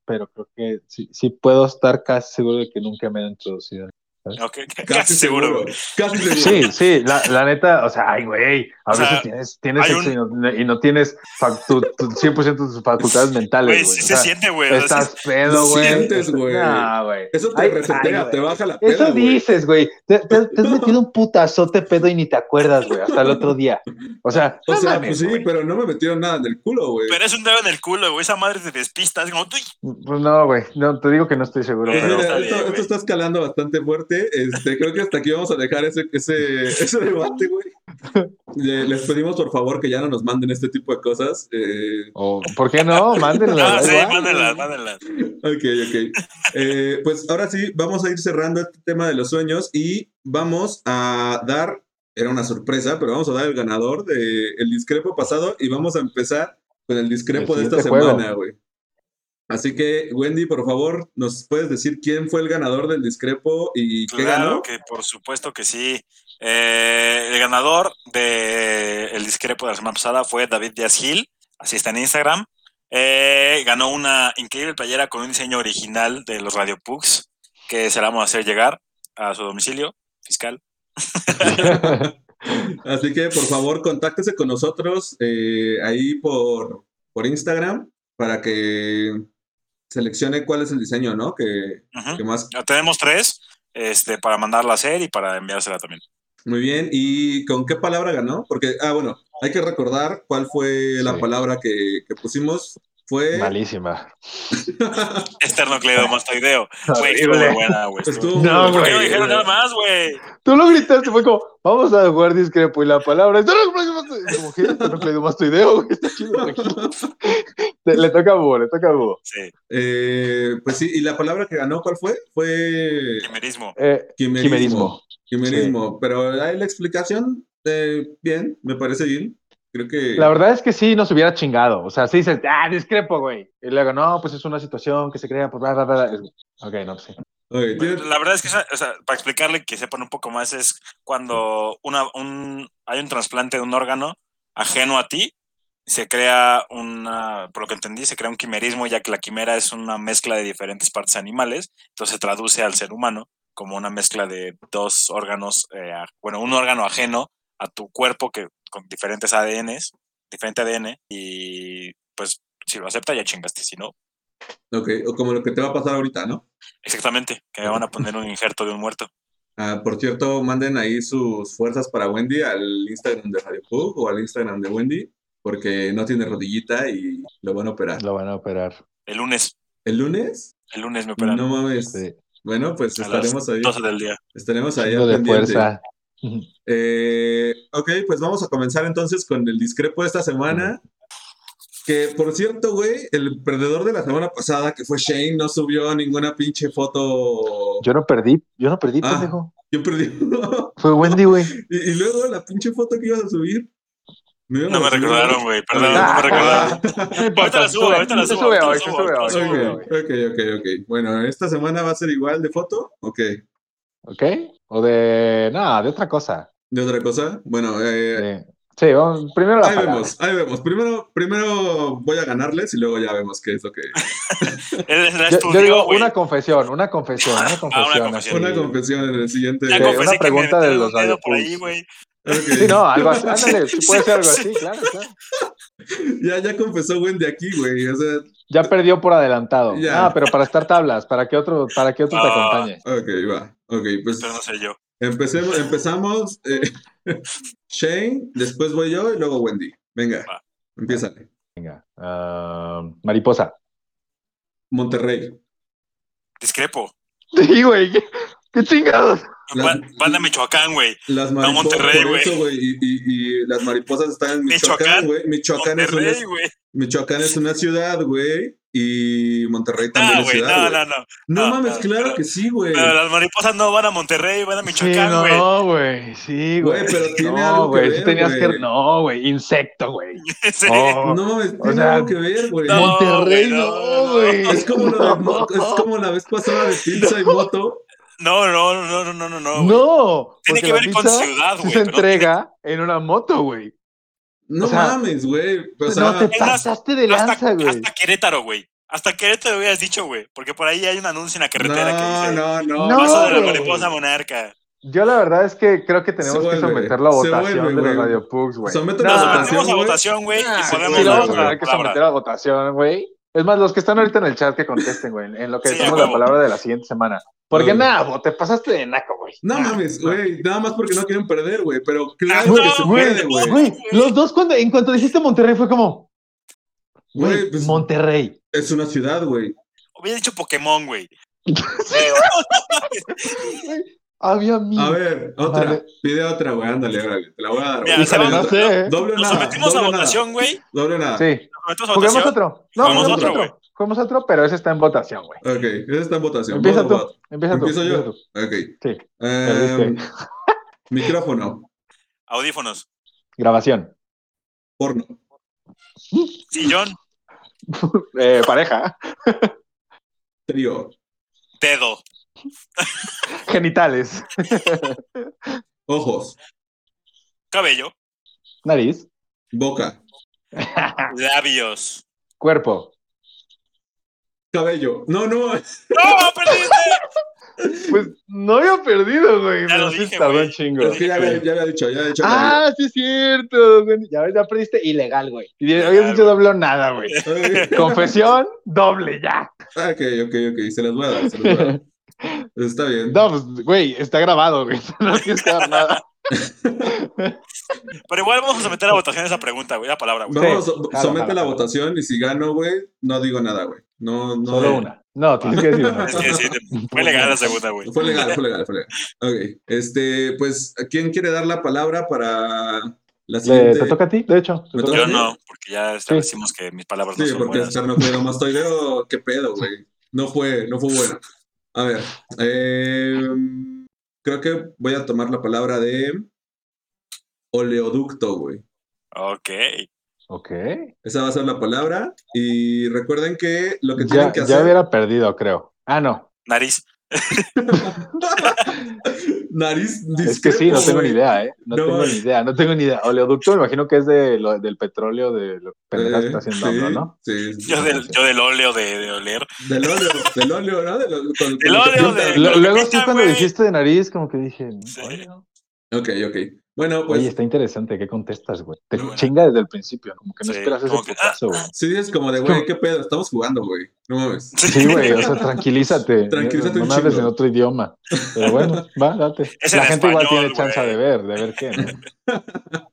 S8: pero creo que sí, sí puedo estar casi seguro de que nunca me han introducido.
S7: totalmente. Ok, (laughs)
S6: Casi, seguro. güey. Casi seguro.
S8: Sí, sí, la, la neta, o sea, ay, güey, a
S7: O sea,
S8: veces tienes, tienes
S7: hay
S8: sexo y, no, y no tienes fac- tu- tu 100% de tus facultades mentales,
S7: Güey,
S8: güey.
S7: sí
S8: O
S7: se
S8: sea,
S7: siente, güey. o sea, sí-
S8: Estás pedo, güey.
S6: sientes, güey.
S8: Nah, güey.
S6: Eso te
S8: Ay,
S6: resetea,
S8: ay,
S6: te baja la pena.
S8: Eso dices, güey. Te,
S6: (laughs)
S8: te- te has metido un putazote pedo y ni te acuerdas, güey, hasta el otro día. O sea,
S6: O
S8: no
S6: sea, (laughs)
S8: mames,
S6: pues sí,
S8: güey.
S6: pero no me metieron nada en el culo, güey.
S7: Pero es un dedo en el culo, güey. Esa madre te despista. Es como,
S6: (laughs)
S7: "Uy".
S8: Pues no, güey. No, te digo que no estoy seguro,
S7: Eh,
S6: Pues
S8: pero.
S6: mira,
S7: está
S6: esto,
S7: bien,
S6: esto
S7: güey.
S6: está escalando bastante fuerte. Este, creo que hasta aquí vamos a dejar ese, ese, (laughs) ese debate, güey. Le- Les pedimos por favor que ya no nos manden este tipo de cosas. Eh,
S8: O, ¿Por qué no? Mándenla.
S7: Ah, sí,
S8: igual.
S7: mándenlas, mándenlas.
S6: ok, ok. Eh, pues ahora sí, vamos a ir cerrando este tema de los sueños y vamos a dar, era una sorpresa, pero vamos a dar el ganador del discrepo pasado y vamos a empezar con el discrepo
S8: El
S6: de esta
S8: siguiente juego.
S6: semana, güey. Así que, Wendy, por favor, ¿nos puedes decir quién fue el ganador del discrepo y qué ganó?
S7: Claro que por supuesto que sí. Eh, el ganador de el discrepo de la semana pasada fue David Díaz Gil, así está en Instagram. Eh, ganó una increíble playera con un diseño original de los Radio Pugs que se la vamos a hacer llegar a su domicilio fiscal.
S6: Así que por favor contáctese con nosotros eh, ahí por, por Instagram para que seleccione cuál es el diseño, ¿no? Que,
S7: Ujú.
S6: que más.
S7: Ya Tenemos tres este, para mandarla a hacer y para enviársela también.
S6: Muy bien. ¿Y con qué palabra ganó? Porque, ah, bueno, hay que recordar cuál fue la
S8: Sí.
S6: palabra que, que pusimos. Fue.
S8: (laughs) Malísima.
S6: (laughs)
S7: Esternocleidomastoideo. Güey, estuvo muy buena, güey. estuvo-
S6: Estuvo-
S8: No,
S7: ¿Por qué no
S8: güey.
S7: dijeron nada más, güey?
S8: Tú lo gritaste, fue como, vamos a jugar discrepo y la palabra es. Como que no le más tu idea, güey. Está chido, güey. (laughs) Te- Le toca a Búho, le toca a Búho.
S7: Sí,
S6: eh, pues sí, y la palabra que ganó, ¿cuál fue? Fue.
S7: primerismo.
S8: Eh,
S6: Quimerismo.
S8: quimerismo.
S6: Quimerismo. Pero ahí la explicación, eh, bien, me parece bien. Creo que.
S8: La verdad es que sí nos hubiera chingado. O sea, sí dices, ah, discrepo, güey. Y luego, no, pues es una situación que se crea por bla, bla, bla. Es- Ok, no, pues sí.
S6: Ok, tiene-
S7: La verdad es que, esa- o sea, para explicarle que sepan un poco más, es cuando una, un, hay un trasplante de un órgano ajeno a ti, se crea una, por lo que entendí, se crea un quimerismo, ya que la quimera es una mezcla de diferentes partes animales, entonces se traduce al ser humano como una mezcla de dos órganos, eh, a- bueno, un órgano ajeno a tu cuerpo que con diferentes ADNs, diferente ADN, y pues si lo acepta ya chingaste, si no,
S6: Ok, o como lo que te va a pasar ahorita, ¿no?
S7: Exactamente, que me van a poner un injerto de un muerto.
S6: Ah, por cierto, manden ahí sus fuerzas para Wendy al Instagram de Radio Pug o al Instagram de Wendy, porque no tiene rodillita y lo van a operar.
S8: Lo van a operar.
S7: El lunes,
S6: ¿El lunes?
S7: el lunes me operan.
S6: No mames.
S8: Sí.
S6: Bueno, pues
S7: a las
S6: estaremos ahí.
S7: 12 del día.
S6: Estaremos ahí.
S8: Chingo
S6: al
S8: de
S6: pendiente.
S7: (laughs)
S8: fuerza.
S6: Eh, ok, pues vamos a comenzar entonces con el discrepo de esta semana. Que por cierto, güey, el perdedor de la semana pasada, que fue Shane, no subió ninguna pinche foto.
S8: Yo no perdí, yo no perdí,
S6: Ah.
S8: pendejo.
S6: Yo perdí.
S8: Fue Wendy, güey.
S6: y, y luego la pinche foto que ibas a subir.
S7: No me recordaron, güey, perdón, no
S6: Ah.
S7: me
S6: (laughs)
S7: recordaron. (laughs) Ahorita la subo, ahorita la
S1: Se
S7: subo.
S1: sube
S7: ahorita la
S1: hoy, se
S7: subo,
S1: sube
S7: ahorita la
S1: hoy.
S7: subo.
S6: Ok, ok, ok, ok. Bueno, ¿esta semana va a ser igual de foto? Ok.
S8: ¿Ok? O de. Nada, de otra cosa.
S6: ¿De otra cosa? Bueno, eh,
S8: De- Sí, vamos, primero la
S6: ahí
S8: parada.
S6: vemos, ahí vemos. Primero, primero voy a ganarles y luego ya vemos qué es lo que...
S7: Él la
S8: Yo, yo
S7: estudió,
S8: digo
S7: güey. Ah,
S8: una confesión, una confesión, una confesión.
S7: confesión.
S8: así.
S6: Una confesión en el siguiente...
S7: Ya
S8: Sí,
S7: confesé
S8: una
S7: que me
S8: pregunta de
S7: metieron
S8: los
S7: un dedo por
S8: radiopulsos.
S7: ahí, güey.
S6: Ok.
S8: Sí, no, algo así.
S7: (laughs)
S8: Ándale, sí puede ser algo así, claro, claro.
S6: Ya, ya confesó Wendy aquí, güey. O sea,
S8: Ya perdió por adelantado.
S6: Ya.
S8: Ah, pero para estar tablas, para que otro, para que otro te
S7: Ah.
S8: acompañe.
S6: ok, va. Ok, pues
S7: Pero no sé yo.
S6: empecemos, empezamos. eh, (laughs) Shane, después voy yo y luego Wendy. Venga,
S7: Va.
S6: empieza.
S8: Venga. ah, mariposa. (laughs)
S6: Monterrey.
S7: Discrepo.
S8: Sí, güey. ¿Qué, chingados?
S6: Las-
S7: Ba- Banda Michoacán, güey.
S6: Las
S7: No,
S6: mariposas.
S7: Monterrey,
S6: por eso, güey, Y, y- y las mariposas están en Michoacán,
S7: Michoacán.
S6: güey. Michoacán, es una,
S7: Monterrey, güey.
S6: Michoacán es una ciudad, güey. Y Monterrey también
S7: No,
S6: es
S7: güey,
S6: ciudad.
S7: no,
S6: güey.
S7: no, no.
S6: No
S7: no,
S6: mames,
S7: no,
S6: claro
S7: pero-
S6: que sí, güey.
S7: Pero las mariposas no van a Monterrey, van a Michoacán, güey. (laughs)
S8: no, güey. Sí,
S6: Güey,
S8: güey.
S6: pero tiene algo
S8: No,
S6: que
S8: güey. sí
S6: ver,
S8: tenías
S6: güey.
S8: que. No, güey.
S7: (laughs)
S8: Insecto, güey.
S7: Sí.
S8: Oh.
S6: No mames, tiene
S8: sea,
S6: algo que ver, güey.
S7: No,
S8: Monterrey,
S7: güey,
S8: no,
S7: no,
S8: güey.
S6: Es como, la, de mo- es como la vez pasada
S7: (laughs)
S6: de pizza y moto.
S7: No, no, no, no, no, no, no. güey.
S8: No.
S7: Tiene
S8: porque
S7: que
S8: la
S7: ver con
S8: pizza
S7: ciudad,
S8: sí
S7: güey.
S8: se
S7: pero no tiene-
S8: entrega en una moto, güey.
S6: No
S8: O sea,
S6: mames, güey. O sea,
S8: no te
S7: Es más,
S8: pasaste de
S7: Hasta,
S8: lanza, güey.
S7: hasta Querétaro, güey. Hasta Querétaro hubieras dicho, güey. Porque por ahí hay un anuncio en la carretera que dice:
S6: no, no,
S8: No,
S7: Paso de la
S8: güey.
S7: mariposa monarca.
S8: Yo la verdad es que creo que tenemos
S6: Se
S8: que
S6: vuelve,
S8: someterlo a
S6: se
S8: votación
S6: vuelve,
S8: de los
S6: güey.
S8: Radio Pugs, güey.
S6: Somételo
S8: Nah,
S7: Nos
S6: a
S7: sometemos a
S6: güey.
S7: votación, güey.
S10: Ah,
S7: y
S10: sí,
S7: ponemos
S8: Sí, lo
S7: la
S8: vamos a
S6: güey.
S8: tener que someter a votación, güey. Es más, los que están ahorita en el chat que contesten, güey, en lo que
S7: Sí,
S8: decimos
S7: a
S8: la
S7: huevo.
S8: palabra de la siguiente semana. Porque
S6: Ay.
S8: nada, bo, te pasaste de naco, güey.
S6: No mames, güey. Nada más porque no quieren perder, güey. Pero claro
S7: Ah,
S8: Güey,
S6: que se
S7: no,
S6: puede,
S8: güey,
S6: güey.
S8: güey, los dos cuando en cuanto dijiste Monterrey fue como,
S6: Güey,
S8: güey,
S6: pues-
S8: Monterrey.
S6: Es una ciudad, güey.
S7: Hubiera dicho Pokémon, güey.
S8: Había mil.
S6: A ver, otra.
S8: Mm. Vale.
S6: Pide otra, güey. Ándale, órale. Te la voy a dar.
S7: Mira,
S6: güey.
S7: se va-
S8: no
S6: Ándale,
S8: sé. ¿eh?
S6: Doble o
S7: Nos
S6: nada.
S7: sometimos a
S6: doble o nada,
S7: votación, güey.
S6: Doble o nada.
S8: Sí,
S7: Nos sometemos a
S8: juguemos
S7: votación.
S8: otro. No,
S7: Juguemos
S8: juguemos
S7: otro,
S8: otro.
S7: güey.
S8: Juguemos otro, pero ese está en votación, güey.
S6: Ok, esa está en votación.
S8: Empieza
S6: Voto,
S8: tú, empieza tú.
S6: Empiezo yo.
S8: empieza
S6: voto.
S8: tú.
S6: Ok.
S8: Sí,
S6: Eh,
S8: perdiste.
S6: micrófono.
S7: Audífonos.
S8: Grabación.
S6: Porno.
S7: Sillón.
S8: Eh, pareja. (laughs)
S6: Trío.
S7: Dedo.
S8: Genitales.
S6: Ojos.
S7: Cabello.
S8: Nariz.
S6: Boca. Ah.
S7: Labios.
S8: Cuerpo.
S6: Cabello. No, no.
S7: ¡No, perdiste!
S8: Pues no había perdido, güey.
S7: Ya
S8: pero
S7: lo
S8: sí
S7: dije,
S8: tardó
S7: güey.
S8: un chingo.
S7: Lo
S6: Es que ya,
S7: (laughs)
S6: había- ya había dicho, ya había dicho.
S8: Ah, sí es cierto. güey. Ya, ves, ya perdiste ilegal, güey. Y ya habías dicho doble o nada, güey.
S6: cabello.
S8: Confesión, doble ya.
S6: Ok, ok, ok, se las voy a dar, se las
S8: (laughs)
S6: voy a dar. Está bien.
S8: No, pues, güey, está grabado, güey. (laughs) No tienes que dar
S6: (laughs)
S8: nada.
S7: Pero igual vamos a someter a votación esa pregunta, güey. La palabra, güey.
S6: Vamos,
S8: Sí,
S6: so-
S8: jalo,
S6: somete
S8: jalo,
S6: la
S8: jalo.
S6: votación y si gano, güey, no digo nada, güey. No, no.
S8: Solo una. No, tienes que decir una.
S7: Es que (laughs) sí, fue legal la segunda, güey.
S6: Fue legal, fue legal, fue legal. (laughs) Ok, este, pues, ¿a quién quiere dar la palabra para la
S8: Le-
S6: siguiente?
S8: te toca a ti, de hecho. Te
S6: Me
S8: toca a
S7: Yo
S8: ti.
S7: no, porque ya establecimos que mis palabras no
S6: Sí,
S7: son
S6: porque
S7: buenas.
S6: Starnopedo Mastoideo, oh, qué pedo, güey. No fue, no fue bueno. A ver, eh, creo que voy a tomar la palabra de oleoducto, güey.
S7: Ok.
S8: Ok.
S6: Esa va a ser la palabra. Y recuerden que lo que tienen
S8: Ya,
S6: que
S8: ya
S6: hacer.
S8: hubiera perdido, creo. Ah, no.
S7: Nariz.
S6: (laughs) Nariz
S8: Es que sí, no
S6: discrepo,
S8: tengo ni
S6: güey.
S8: idea, ¿eh? No,
S6: No,
S8: tengo
S6: güey.
S8: ni idea, no tengo ni idea. Oleoducto, me imagino que es de lo- del petróleo, de lo que pendejas
S6: Eh,
S8: está haciendo,
S6: sí,
S8: AMLO, ¿no?
S6: Sí, sí.
S7: Yo del, yo del óleo de,
S6: (laughs)
S7: de oler.
S6: Del óleo, del óleo, ¿no? De lo- con- con lo que
S7: óleo
S6: pinta.
S7: de-
S8: Lo-
S7: lo que
S8: luego sí,
S7: pintan,
S8: cuando
S7: güey.
S8: dijiste de nariz, como que dije.
S7: Sí.
S8: "Oye, no".
S6: Ok, ok. Bueno, pues
S8: Oye, está interesante, ¿qué contestas, güey? Te
S7: Muy bueno.
S8: chinga desde el principio, como que no
S7: Sí,
S8: esperas ese
S7: como que- ah,
S8: putazo, güey.
S6: si dices como de, güey, ¿qué pedo? Estamos jugando, güey. No mames.
S8: Sí, güey, o sea, tranquilízate.
S6: Tranquilízate
S8: no
S6: un
S8: me hables en
S6: chingo.
S8: otro idioma. Pero bueno, va, date.
S7: (laughs) Es en
S8: La gente igual
S7: español,
S8: tiene chance
S7: güey.
S8: de ver, de ver qué. ¿no?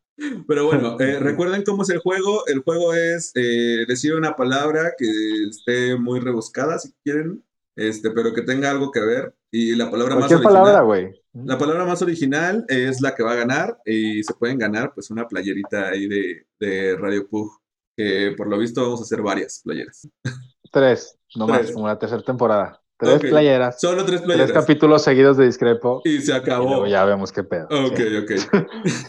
S6: Pero bueno,
S8: (laughs)
S6: eh, recuerden cómo es el juego. El juego es eh, decir una palabra que esté muy rebuscada, si quieren, este, pero que tenga algo que ver. Y la palabra más
S8: Cualquier
S6: original.
S8: palabra, güey.
S6: La palabra más original es la que va a ganar y se pueden ganar pues una playerita ahí de, de Radio Pug, que por lo visto vamos a hacer varias playeras.
S8: Tres, no más,
S6: Tres.
S8: como la tercera temporada. Tres
S6: Ok.
S8: playeras,
S6: Solo tres
S8: tres
S6: playeras.
S8: capítulos seguidos de discrepo.
S6: Y se
S8: Y
S6: acabó.
S8: luego ya vemos qué pedo.
S6: Ok, (laughs)
S8: Sí.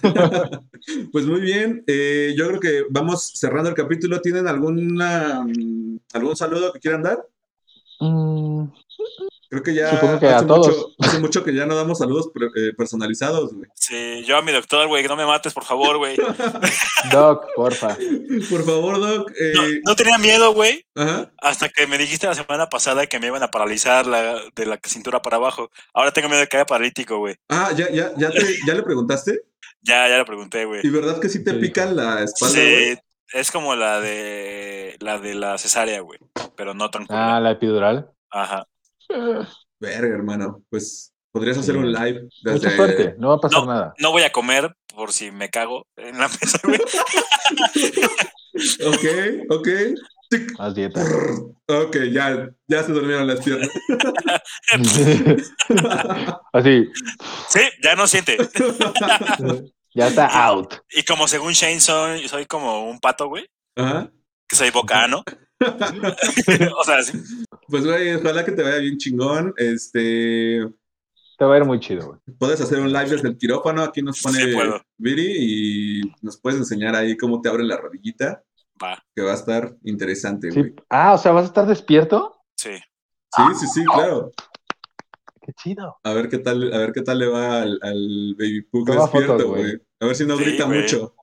S8: (laughs)
S6: ok. pues muy bien, eh, yo creo que vamos cerrando el capítulo. ¿Tienen alguna mm, algún saludo que quieran dar?
S8: Mm,
S6: Creo que ya
S8: Supongo que a
S6: hace,
S8: todos.
S6: Mucho, hace mucho que ya no damos saludos pre- eh, personalizados, güey.
S7: (laughs)
S6: (laughs)
S7: Sí, yo a mi doctor, güey, que no me mates, por favor, güey.
S8: Doc, porfa.
S6: Por favor, Doc. eh,
S7: No, no tenía miedo, güey,
S6: ajá.
S7: hasta que me dijiste la semana pasada que me iban a paralizar la, de la cintura para abajo. Ahora tengo miedo de que haya paralítico, güey.
S6: Ah, ya, ya, ya, te- ya le preguntaste.
S7: Ya, ya lo pregunté, güey.
S6: ¿Y verdad que sí te
S8: Sí.
S6: pican la espalda?
S7: Sí,
S6: güey?
S7: es como la de la de la cesárea, güey, pero no tan
S8: Ah,
S7: culera.
S8: la epidural.
S7: Ajá.
S6: Verga, hermano. Pues podrías hacer
S8: Sí.
S6: un live.
S8: Mucha
S6: desde-
S8: suerte, no va a pasar nada.
S7: No voy a comer por si me cago en la (laughs) mesa, güey.
S6: Ok, ok.
S7: (laughs)
S8: Haz dieta. (laughs)
S6: Ok, ya, ya se durmieron las piernas.
S8: Así,
S7: Sí, ya no siente.
S8: ya está out.
S7: Y como según Shane soy, soy como un pato, güey,
S6: Ajá.
S7: que soy
S8: (laughs)
S7: bocano. (laughs) o sea, sí.
S6: Pues, güey, ojalá que te vaya bien chingón. Este,
S8: Te va a ir muy chido, güey.
S6: puedes hacer un live desde el quirófano. Aquí nos pone
S7: Sí puedo.
S6: Viri y nos puedes enseñar ahí cómo te abre la rodillita,
S7: va,
S6: que va a estar interesante,
S8: Sí.
S6: güey.
S8: Ah, o sea, ¿vas a estar despierto?
S7: sí.
S6: Sí, sí, sí, claro.
S8: Qué chido.
S6: A ver qué tal, a ver qué tal le va al, al baby pug
S8: Toma
S6: despierto,
S8: fotos,
S6: güey.
S8: güey.
S6: A ver si no
S7: Sí,
S6: grita
S7: güey.
S6: mucho.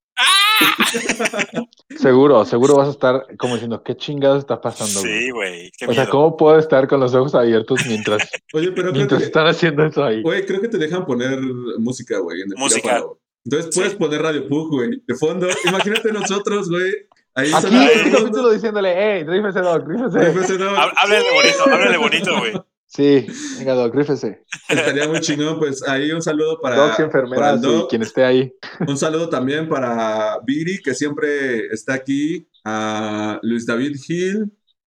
S8: Seguro, seguro vas a estar como diciendo, ¿qué chingados está pasando? güey?
S7: Sí, güey. Qué
S8: O sea,
S7: miedo.
S8: ¿cómo puedo estar con los ojos abiertos
S6: (laughs)
S8: mientras,
S6: Oye, pero creo
S8: mientras
S6: que,
S8: están haciendo eso ahí?
S6: güey, creo que te dejan poner música, güey, en el
S7: Música.
S6: quirófano, güey. Entonces
S7: Sí.
S6: puedes poner Radio Pug, güey, de fondo. Imagínate nosotros, güey. Ahí
S8: Aquí
S6: sonando.
S8: en el capítulo diciéndole, hey, rífese, Doc, rífese.
S6: Pues, no,
S7: Há- Háblale bonito, háblale bonito, güey.
S8: Sí, venga, Doc, rífese.
S6: Estaría muy chingón, pues ahí un saludo para,
S8: Docs,
S6: para el
S8: enfermeras y
S6: Doc.
S8: quien esté ahí.
S6: un saludo también para Viri, que siempre está aquí, a Luis David Gil,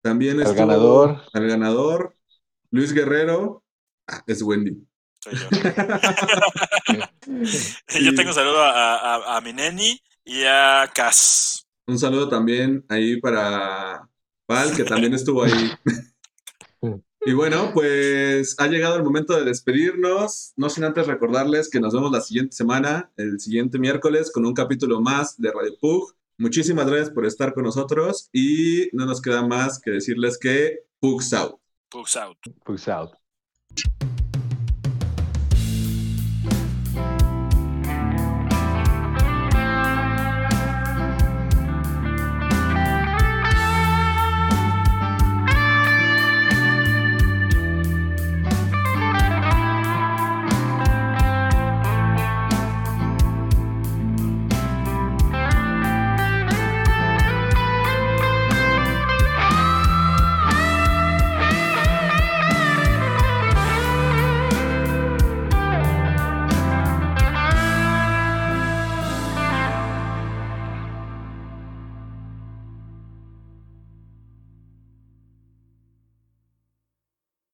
S6: también
S8: Al
S6: estuvo-
S8: ganador.
S6: al ganador, Luis Guerrero, ah, es Wendy.
S7: Soy
S8: (laughs)
S7: yo. Yo tengo un saludo a, a, a mi neni y a Cas.
S6: Un saludo también ahí para Val, que también estuvo ahí. Y bueno, pues ha llegado el momento de despedirnos, no sin antes recordarles que nos vemos la siguiente semana, el siguiente miércoles, con un capítulo más de Radio Pug. Muchísimas gracias por estar con nosotros y no nos queda más que decirles que Pug's out.
S7: Pugs out.
S8: Pugs out.